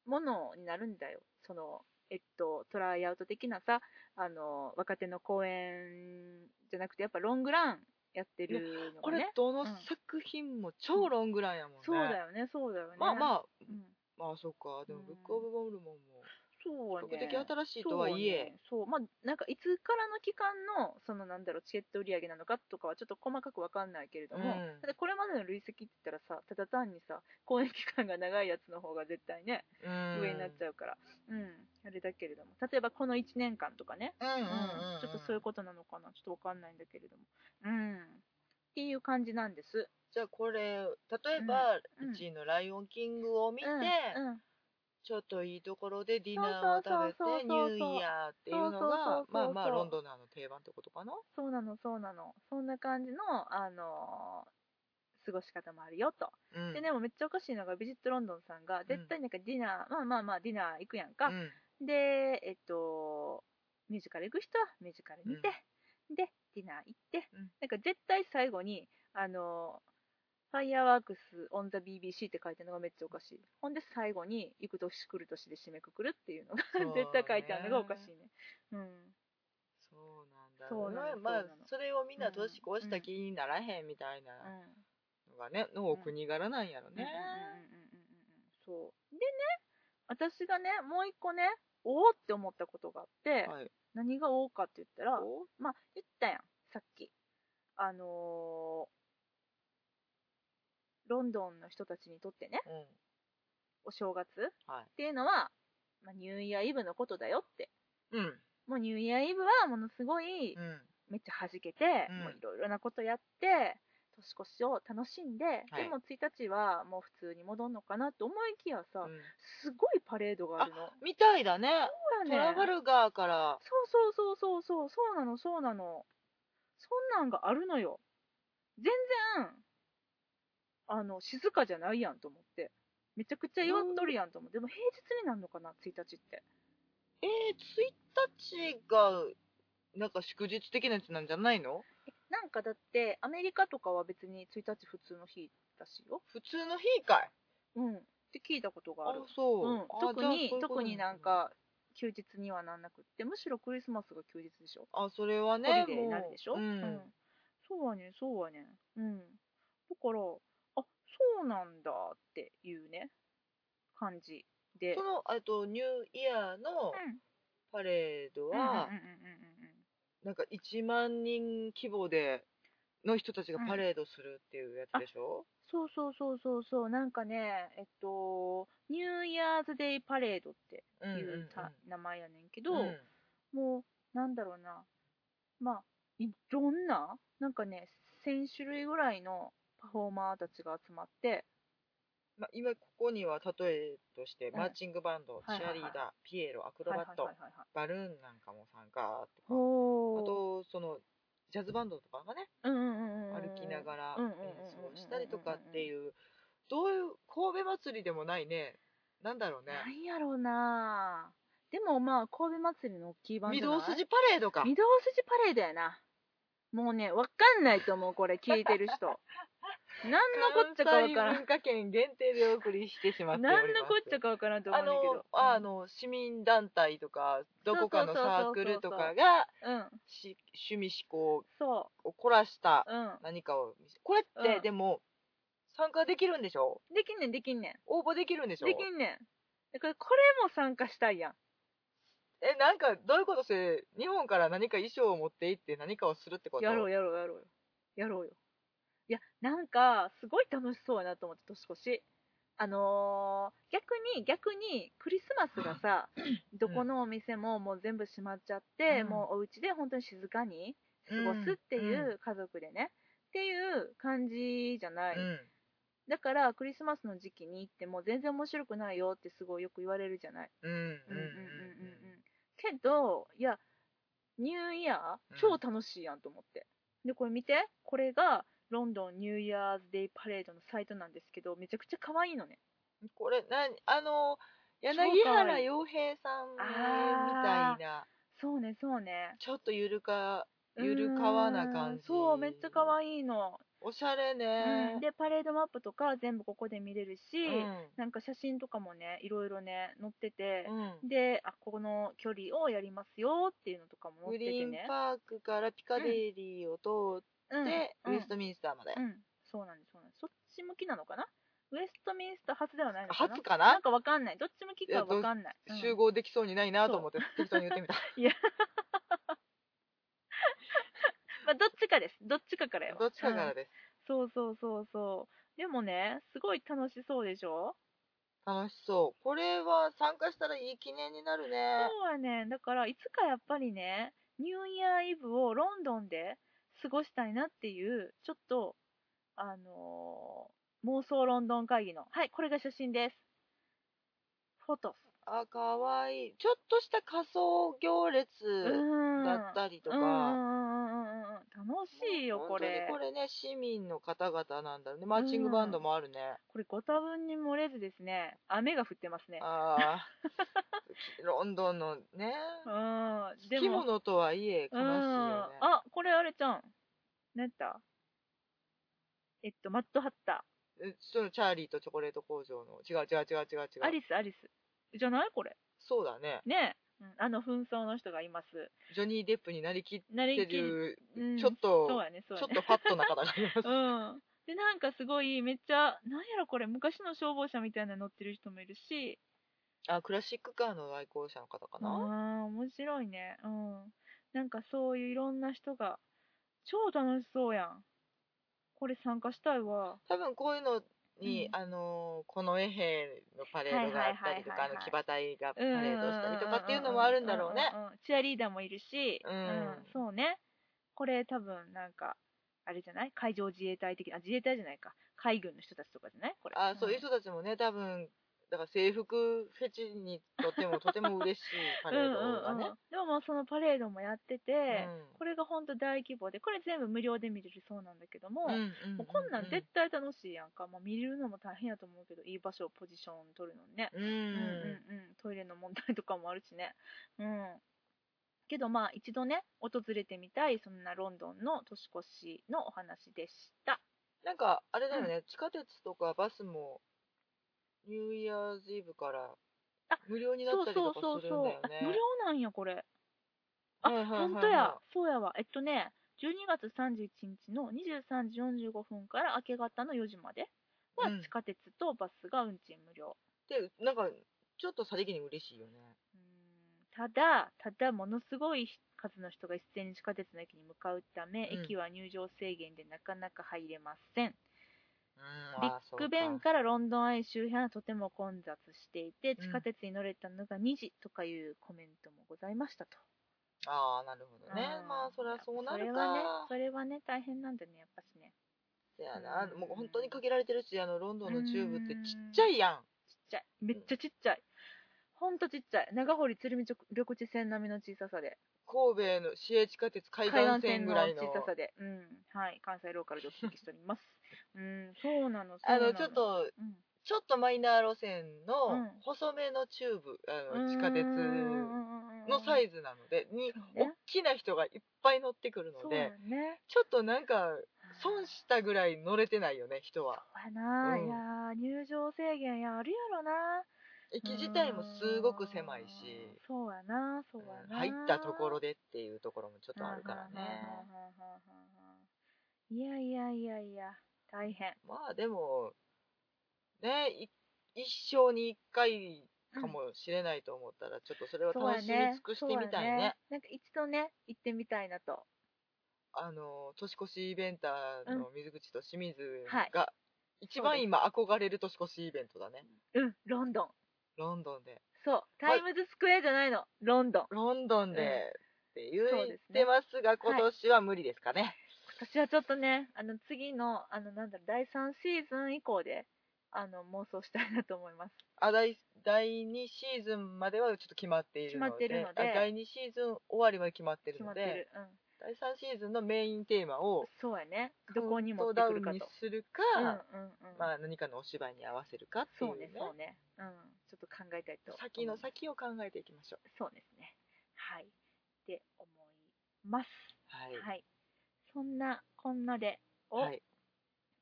S1: ものになるんだよそのえっとトライアウト的なさあの若手の公演じゃなくてやっぱロングランやってるの
S2: こ
S1: がね
S2: れどの
S1: うん
S2: 作品も超ロングランやもんね、
S1: そうだよねそうだよね
S2: まあまあ
S1: うん、
S2: まあそっかでも
S1: うん
S2: ブック・オブ・モルモンも
S1: そう
S2: 比
S1: ね
S2: 較的新しいとはいえ
S1: そう,、まあなんかいつからの期間のそのなんだろうチケット売り上げなのかとかはちょっと細かくわかんないけれども、
S2: うん
S1: ただこれまでの累積って言ったらさただ単にさ公演期間が長いやつの方が絶対ね、
S2: うん
S1: 上になっちゃうからうんあれだけれども例えばこの1年間とかね、
S2: うんうんうんうん、
S1: ちょっとそういうことなのかなちょっとわかんないんだけれどもうんっていう感じなんです
S2: じゃあこれ例えば
S1: うん
S2: 1位の「ライオンキング」を見て、
S1: うんうん
S2: ちょっといいところでディナーを食べ
S1: そうそうそうそう
S2: てニューイヤーっていうの
S1: そうそうそう
S2: が
S1: そう
S2: まあまあロンドンのあの定番ってことかな
S1: そうなのそうなのそんな感じのあのー過ごし方もあるよと、
S2: うん
S1: ででもめっちゃおかしいのがビジットロンドンさんが絶対なんかディナー、まあまあまあディナー行くやんか、
S2: うん
S1: でえっとミュージカル行く人はミュージカル見て、でディナー行って、
S2: うん
S1: なんか絶対最後にあのーファイアワークス・オン・ザ・ BBC って書いてるのがめっちゃおかしい。ほんで最後に、行く年来る年で締めくくるっていうのが、
S2: そうね
S1: 絶対書いてあるのがおかしいね。うん。
S2: そうなんだ
S1: そうなの
S2: まあまあ
S1: そうなの
S2: それをみんな年越した気にならへんみたいな
S1: うん。
S2: のがねのお国柄なんやろね
S1: うんうんうんうんうんうんそうでね私がねもう一個ねおおって思ったことがあって、
S2: はい
S1: 何がおおかって言ったら
S2: お
S1: まあ言ったやんさっきあのーロンドンの人たちにとってね
S2: うん
S1: お正月っ
S2: はい
S1: ていうのは、まあ、ニューイヤーイブのことだよって
S2: うん
S1: もうニューイヤーイブはものすごい
S2: うん
S1: めっちゃ弾けて、
S2: うん
S1: もういろいろなことやって年越しを楽しんで、
S2: はい
S1: でも1日はもう普通に戻るのかなって思いきやさ、
S2: うん
S1: すごいパレードがあるの
S2: みたいだね
S1: そう
S2: トラバルガーから
S1: そうそうそうそうそうそうなのそうなのそんなんがあるのよ全然あの静かじゃないやんと思ってめちゃくちゃ祝っとるやんと思って、でも平日になるのかな1日って
S2: えー、1日がなんか祝日的なやつなんじゃないの
S1: なんかだってアメリカとかは別に1日普通の日らしいよ
S2: 普通の日かい
S1: うんって聞いたことがある
S2: そうう、
S1: ん、特に特になん
S2: か
S1: か休日にはなんなくってむしろクリスマスが休日でしょ
S2: あそれ
S1: ホ
S2: は
S1: リ
S2: ね
S1: デーになるでしょ、
S2: もううん
S1: そうはねんそうはねんうんだからあそうなんだっていうね感じで
S2: そのえっとニューイヤーのパレード
S1: うんうんうんうんうん
S2: は、なんか1万人規模での人たちがパレードするっていうやつでしょ、
S1: そうそうそうそうそうなんかねえっとニューイヤーズデイパレードって
S2: うんうん
S1: いううんた、名前やねんけど、
S2: うん
S1: もう、なんだろうな、まあ、いろんな、なんかね、1000種類ぐらいのパフォーマーたちが集まって、
S2: まあ、今ここには例えとして
S1: うん
S2: マーチングバンド、
S1: はい
S2: チ
S1: はいは
S2: ア
S1: い
S2: リーダー、ピエロアクロ
S1: はい
S2: バ
S1: は
S2: ッ
S1: いはい
S2: ト、
S1: はいはい。
S2: バルーンなんかも参加とかあ
S1: おー
S2: とそのジャズバンドとかがね
S1: うんうんうんうんうん
S2: 歩きながら
S1: うんう
S2: 演
S1: んうんうん
S2: 奏したりとかっていうどういう神戸祭りでもないねなんだろうね
S1: なんやろうなでもまあ、神戸祭りの大きいバンド
S2: 御
S1: じゃない
S2: 堂筋パレードか
S1: 御堂筋パレードやな。もうね、わかんないと思う、これ、聞いて る人。何のこっちゃかわから
S2: 関
S1: ん
S2: 西。文化圏限定でお送りしてしまっております
S1: 何のこっちゃかわからんと思
S2: あ
S1: うんだけ
S2: の
S1: ど。
S2: あの市民団体とかどこかのサークルとかが
S1: うん、うん、
S2: し趣味思考
S1: そ
S2: を凝らした
S1: う、うん。
S2: 何かを見せこれっ
S1: う
S2: て
S1: ん
S2: でも参加できるんでしょ
S1: できんねん、できんねん。
S2: 応募できるんでしょ
S1: できんねん。だからこれも参加したいやん。
S2: えなんかどういうことそれ日本から何か衣装を持って行って何かをするってこと
S1: やろうやろうやろうよ。やろうよ。いや、なんか、すごい楽しそうやなと思って、年越し。あのー逆に、逆に、クリスマスがさ、どこのお店ももう全部閉まっちゃって、
S2: うん
S1: もうお家で本当に静かに過ごすって
S2: うん
S1: いうう、家族でね、っていう感じじゃない。
S2: うん
S1: だから、クリスマスの時期に行っても全然面白くないよってすごいよく言われるじゃない。
S2: うんうんうん
S1: うんうんうんうんうんけどいやニューイヤー
S2: うん
S1: 超楽しいやんと思って、でこれ見てこれがロンドンニューイヤーズデイパレードのサイトなんですけどめちゃくちゃ可愛いのね
S2: うんこれなあの柳
S1: 超かわ
S2: 原
S1: いい
S2: 洋平さんみ
S1: あー
S2: たいな
S1: そうねそうね
S2: ちょっとゆるか
S1: うーん
S2: ゆるかわな感じ
S1: そうめっちゃ可愛いの、
S2: おしゃれ
S1: うん
S2: ね
S1: でパレードマップとか全部ここで見れるし、
S2: うん
S1: なんか写真とかもねいろいろね載ってて、
S2: うん
S1: であここの距離をやりますよっていうのとかも載
S2: グ
S1: ってて
S2: リーン
S1: ね
S2: パークからピカデリーを通
S1: うん
S2: って
S1: う
S2: ウ
S1: ん
S2: ェストミンスターまで
S1: うん、そうなんです、そうなんです。そっち向きなのかなウエストミンスター初ではないのかな
S2: 初か
S1: な
S2: なん
S1: かわかんない。どっち向きかわかんない。うん
S2: 集合できそうにないなと思って適当に言 ってみた
S1: まあ、どっちかです。どっちかからよ。
S2: どっちかから
S1: うん
S2: です
S1: そうそうそうそう。でもね、すごい楽しそうでしょ
S2: 楽しそうこれは参加したらいい記念になる
S1: そ
S2: ね
S1: うはね、だからいつかやっぱりね、ニューイヤーイブをロンドンで過ごしたいなっていう、ちょっと、あのー妄想ロンドン会議の、はい、これが写真です。フォト
S2: あかわいいちょっとした仮装行列
S1: うん
S2: だったりとか、
S1: うんうんうんうんうんうん楽しいよこれ
S2: 本当にこれね市民の方々なんだろうねマーチングバンドもあるね、
S1: これご多分に漏れずですね雨が降ってますね
S2: ああ ロンドンのね
S1: うん
S2: 着物とはいえ悲しいよね
S1: うんあこれあれちゃん何やったえっとマッドハッタ
S2: えそのチャーリーとチョコレート工場の違う違う違う違う違う
S1: ーアリスアリスじゃないこれ
S2: そうだね
S1: ねえ、うんあの紛争の人がいます
S2: ジョニー・デップになりきっ
S1: な
S2: て
S1: りきり、
S2: る
S1: うん
S2: ちょっと、
S1: そうやねそう
S2: ち
S1: や
S2: ょっ
S1: ね
S2: とファットな方がいます
S1: うんでなんかすごいめっちゃなんやろこれ昔の消防車みたいなの乗ってる人もいるし
S2: あクラシックカーの愛好者の方か
S1: あ
S2: な、
S1: あー面白いねうんなんかそういういろんな人が超楽しそうやんこれ参加したいわ
S2: 多分こういうのに、
S1: うん
S2: あのーこのエヘのパレードがあったりと
S1: は
S2: か、
S1: いはいはいはい
S2: あの騎馬隊がパ
S1: う
S2: レ
S1: ん
S2: ードしたりとかっていうのもあるんだろうね、
S1: んんうんチアリーダーもいるし
S2: うん
S1: そうねこれ多分なんかあれじゃない海上自衛隊的な自衛隊じゃないか海軍の人たちとかじゃないこれ
S2: あそういう人たちもね多分だから制服フェチにとってもとても嬉しいパ
S1: パ
S2: レードがね、
S1: でももうそのパレードもやってて、
S2: うん
S1: これがほんと大規模でこれ全部無料で見れるそうなんだけども、
S2: うんう
S1: もうこんなん絶対楽しいやんか、まあ、見るのも大変やと思うけどいい場所ポジション取るのね、
S2: うん
S1: うんうんうん、トイレの問題とかもあるしね、うん、けどまあ一度ね訪れてみたいそんなロンドンの年越しのお話でした
S2: なんかあれだよね、地下鉄とかバスもニューイヤーズイブから
S1: あ
S2: 無料になっ
S1: そう
S2: たり
S1: そ
S2: と
S1: う
S2: か
S1: そう
S2: するん
S1: そう
S2: だよ
S1: あ
S2: ね
S1: 無料なんやこれあ、
S2: はいはいはいはい
S1: 本当やそうやわえっとね12月31日の23時45分から明け方の4時までは
S2: うん
S1: 地下鉄とバスが運賃無料、
S2: でなんかちょっとさりげに嬉しいよね
S1: うーんただ、ただ、ものすごい数の人が一斉に地下鉄の駅に向かうため、
S2: うん
S1: 駅は入場制限でなかなか入れません。
S2: うん
S1: ビ
S2: あ
S1: ッ
S2: そうか
S1: グベンからロンドンアイ周辺はとても混雑していて、
S2: うん
S1: 地下鉄に乗れたのが2時とかいうコメントもございましたと。
S2: ああなるほどね
S1: うん
S2: まあそりゃそうなる
S1: やっ
S2: か
S1: ぱそれはね、それはね、大変なんだね、やっぱしね。
S2: そやな
S1: うん
S2: もう本当に限られてるしあのロンドンのチューブってち
S1: うん
S2: っちゃいやん
S1: ちっちゃい。めっちゃちっちゃい。ほんとちっちゃい。長堀鶴見緑地線並みの小ささで。
S2: 神戸の市営地下鉄海岸線ぐらいの
S1: 海岸線小ささで、うん、はい、関西ローカルでお届けしており ます。うん、そうなの、そう
S2: あ
S1: なの。
S2: のちょっ、と
S1: うん、
S2: ちょっとマイナー路線
S1: う
S2: の
S1: ん
S2: 細めのチューブあの地下鉄のサ
S1: イ
S2: イズなのでに
S1: そうね
S2: 大きな人がいっぱい乗ってくるの
S1: そうや
S2: で
S1: ね。
S2: ちょっとなんか損したぐらい乗れてないよね人は
S1: そうやな、
S2: うん
S1: いやー入場制限やあるやろな。
S2: 駅自体もすごく狭いし
S1: うんそうやな、そうや
S2: うん
S1: な。
S2: 入ったところでっていうところもちょっとあるからね
S1: はんはんはんはんはんはんいやいやいやいや、大変。
S2: まあでもねい一生に一回かもしれないと思ったらちょっとそれは
S1: そう
S2: 楽
S1: や
S2: しみ尽
S1: ね。
S2: くしてみたい
S1: そうや
S2: ね。
S1: なんか一度ね、行ってみたいなと。
S2: あの年越しイベンターの水口と清水
S1: はい
S2: が一番今憧れる年越しイベントだね
S1: うん、ロンドン。
S2: ロンドンで
S1: そう、タイムズスクエアじゃないの、ロンドン。
S2: ロンドンで
S1: うん
S2: って言っ
S1: そうですね
S2: てますが今年は無理ですかね、
S1: 私はちょっとね、あの次の、あのなんだろう、第3シーズン以降で、あの妄想したいなと思います。
S2: あ第第2シーズンまではちょっと決まっているの
S1: 決
S2: で
S1: まってるので
S2: あ第2シーズン終わりまで決まってる
S1: 決ま
S2: の
S1: って
S2: で
S1: る。
S2: 第3シーズンのメインテーマ
S1: うん
S2: を。
S1: そうやね。どこに持って
S2: カウ
S1: く
S2: ン
S1: る
S2: ト
S1: か
S2: ダウン
S1: と
S2: に。するか、
S1: うんうんうん。
S2: まあ、何かのお芝居に合わせるかっていう,、
S1: そ
S2: ね
S1: うね、そうね。うん。ちょっと考えたいと。
S2: 先の。先を考えていきましょう
S1: そうですね。はい。って思います。
S2: はい
S1: はい。そんな、こんなで、お、
S2: はい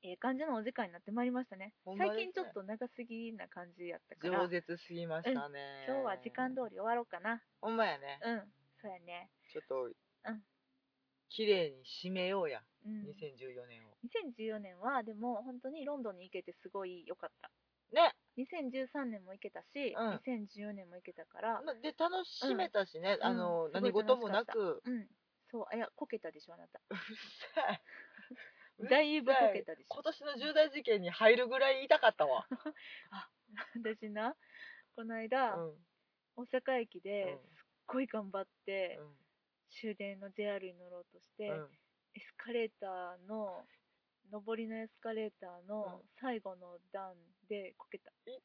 S1: ええ感じのお時間になってまいりましたね。
S2: ほんまです
S1: 最
S2: ね
S1: 近ちょっと長すぎな感じやったから。
S2: 饒舌すぎましたね、
S1: 今日は時間通り終わろうかな。
S2: ほんまやね、
S1: うん、そうやね。
S2: ちょっと、
S1: うん
S2: 綺麗に締めようや、
S1: うん、
S2: 2014年を
S1: 2014年は、でも本当にロンドンに行けてすごい良かった。
S2: ね、
S1: 2013年も行けたし、
S2: うん
S1: 2014年も行けたから、
S2: まで楽しめたしね、
S1: うん
S2: あの
S1: うん
S2: 何事もなく
S1: うん、そう、あいや、こけたでしょ、あなた。
S2: うるさいうるさ
S1: だいぶこけたでしょ
S2: 今。年の重大事件に入るぐらい痛かったわ、
S1: 私な、この
S2: う
S1: 間、
S2: ん
S1: 大阪駅で
S2: う
S1: す
S2: ん
S1: っごい頑張って、
S2: うん
S1: 終電の JR に乗ろうとして、
S2: うん
S1: エスカレーターの、上りのエスカレーターの
S2: うん
S1: 最後の段でこけた。
S2: いっ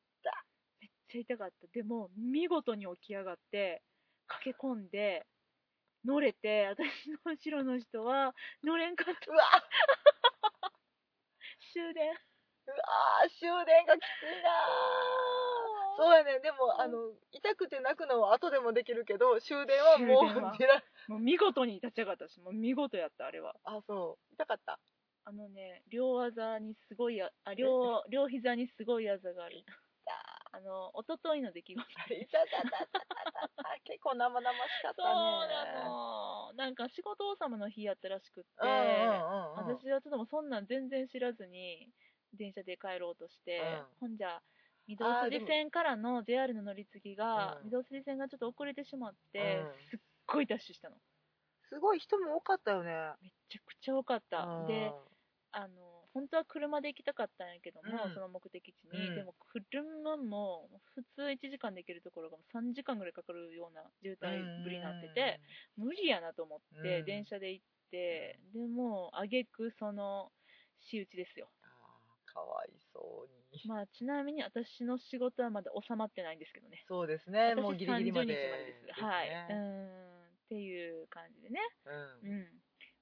S1: めっちゃ痛かったでも見事に起き上がって駆け込んで乗れて私の後ろの人は乗れんかった
S2: うわ
S1: 終電
S2: うわー終電がきついなーそうやねでも、
S1: うん
S2: あの痛くて泣くのは後でもできるけど終電はも
S1: 終電は
S2: う出られ
S1: もう見事に立ち上がったしもう見事やったあれは
S2: あそう痛かった
S1: あのね両技にすごいああ両両膝にすごい技がある
S2: 痛
S1: あの一昨日の出来事
S2: い痛い痛い痛い痛い結構生々しかっ
S1: そ
S2: た
S1: う
S2: ね
S1: なのなんか仕事納めの日やったらしくって、
S2: うんうんうんうん、
S1: 私はちょっともうそんなん全然知らずに電車で帰ろうとして、ほんじゃ御堂
S2: あーで
S1: 筋
S2: も
S1: 線からの JR の乗り継ぎが
S2: う
S1: 御堂
S2: ん
S1: 筋線がちょっと遅れてしまって、
S2: う
S1: すっ
S2: ん
S1: ごいダッシュしたの
S2: すごい人も多かったよね
S1: めっちゃくちゃ多かった、であの本当は車で行きたかったんやけども、
S2: うん
S1: その目的地に、
S2: うん
S1: でも車も普通1時間で行けるところが3時間ぐらいかかるような渋滞ぶりになってて、無理やなと思って、
S2: うん
S1: 電車で行って、でもあげくその仕打ちですよ、
S2: あーかわいそうに
S1: まあ、ちなみに私の仕事はまだ収まってないんですけどね
S2: そうですね
S1: 私
S2: もうギリギリ
S1: 30日
S2: までです、ね
S1: までです、はいうんっていう感じでね、
S2: うん
S1: うん、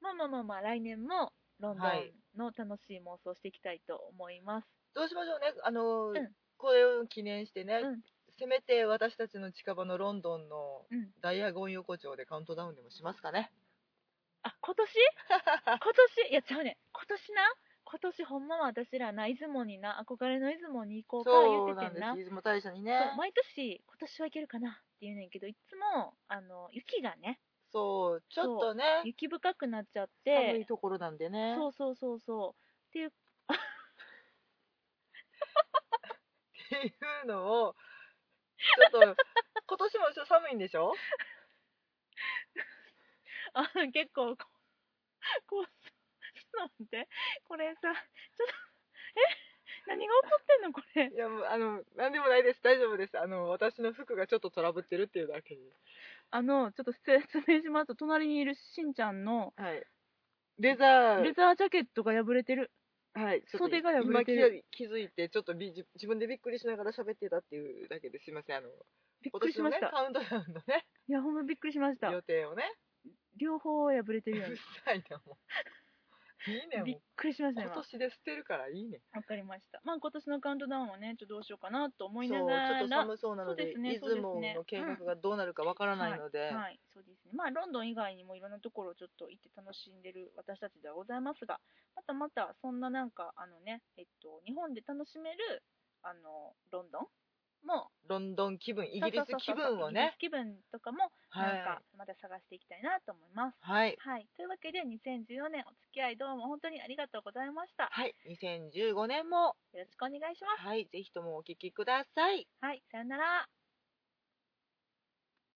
S1: まあまあまあまあ来年もロンド
S2: はい
S1: ンの楽しい妄想をしていきたいと思います、
S2: どうしましょうねあの、
S1: うん
S2: これを記念してね、
S1: うん
S2: せめて私たちの近場のロンドンの
S1: うん
S2: ダイヤゴン横丁でカウントダウンでもしますかね
S1: あ今 年今年いやちゃうねん今年な今年ほんまは私らな出雲にな憧れの出雲に行こうか
S2: そう
S1: 言
S2: な
S1: って
S2: ん
S1: て
S2: で
S1: んな
S2: す出雲大社にね
S1: そう毎年今年はいけるかなっていうねんけどいつもあの雪がね
S2: そうちょっとね
S1: 雪深くなっちゃって
S2: 寒いところなんでね
S1: そうそうそうそうっていう
S2: っていうのをちょっと 今年もちょっと寒いんでしょ
S1: あの結構こうこうさちょっと待ってこれさちょっとえ何が起こってんのこれ
S2: いやもうあの何でもないです大丈夫ですあの私の服がちょっとトラブってるっていうだけに
S1: あのちょっと説明しますと隣にいるしんちゃんの
S2: はいレザー
S1: レザージャケットが破れてる
S2: はい、ちょっと
S1: 袖が破れてる
S2: 今気づ気づいてちょっとび自自分でびっくりしながら喋ってたっていうだけですいませんあの
S1: びっ
S2: 今
S1: くり
S2: 年
S1: し
S2: の
S1: ま
S2: ね
S1: した、
S2: カウントダウンのね
S1: いやほんまびっくりしました
S2: 予定をね
S1: 両方破れて
S2: う
S1: る
S2: る
S1: やん
S2: さいなもういいねも
S1: びっ
S2: う
S1: くりしました
S2: 今
S1: 今
S2: 年で捨てるからいいね
S1: わかりました。まあ今年のカウントダウンはね、ちょっとどうしようかなと思
S2: そう
S1: い
S2: ち
S1: な
S2: ょ
S1: がら、
S2: っと寒そうなので
S1: そうですね
S2: 出雲の計画がどうなるかわからないので、
S1: はい、そうですね。まあロンドン以外にもいろんなところをちょっと行って楽しんでる私たちではございますが、またまたそんななんかあのね、えっと日本で楽しめるあのロンドンも
S2: ロンドン気分イギリ
S1: そ
S2: ス気
S1: うそうそう
S2: 分
S1: そう
S2: を
S1: イギリ
S2: ね
S1: ス気分とかも
S2: は
S1: なん
S2: い
S1: かまた探していきたいなと思います。
S2: はい
S1: はい、というわけで2014年お付き合いどうも本当にありがとうございました。
S2: はい2015年も
S1: よろしくお願いします。
S2: はいぜひともお聞きください
S1: はい、さよなら。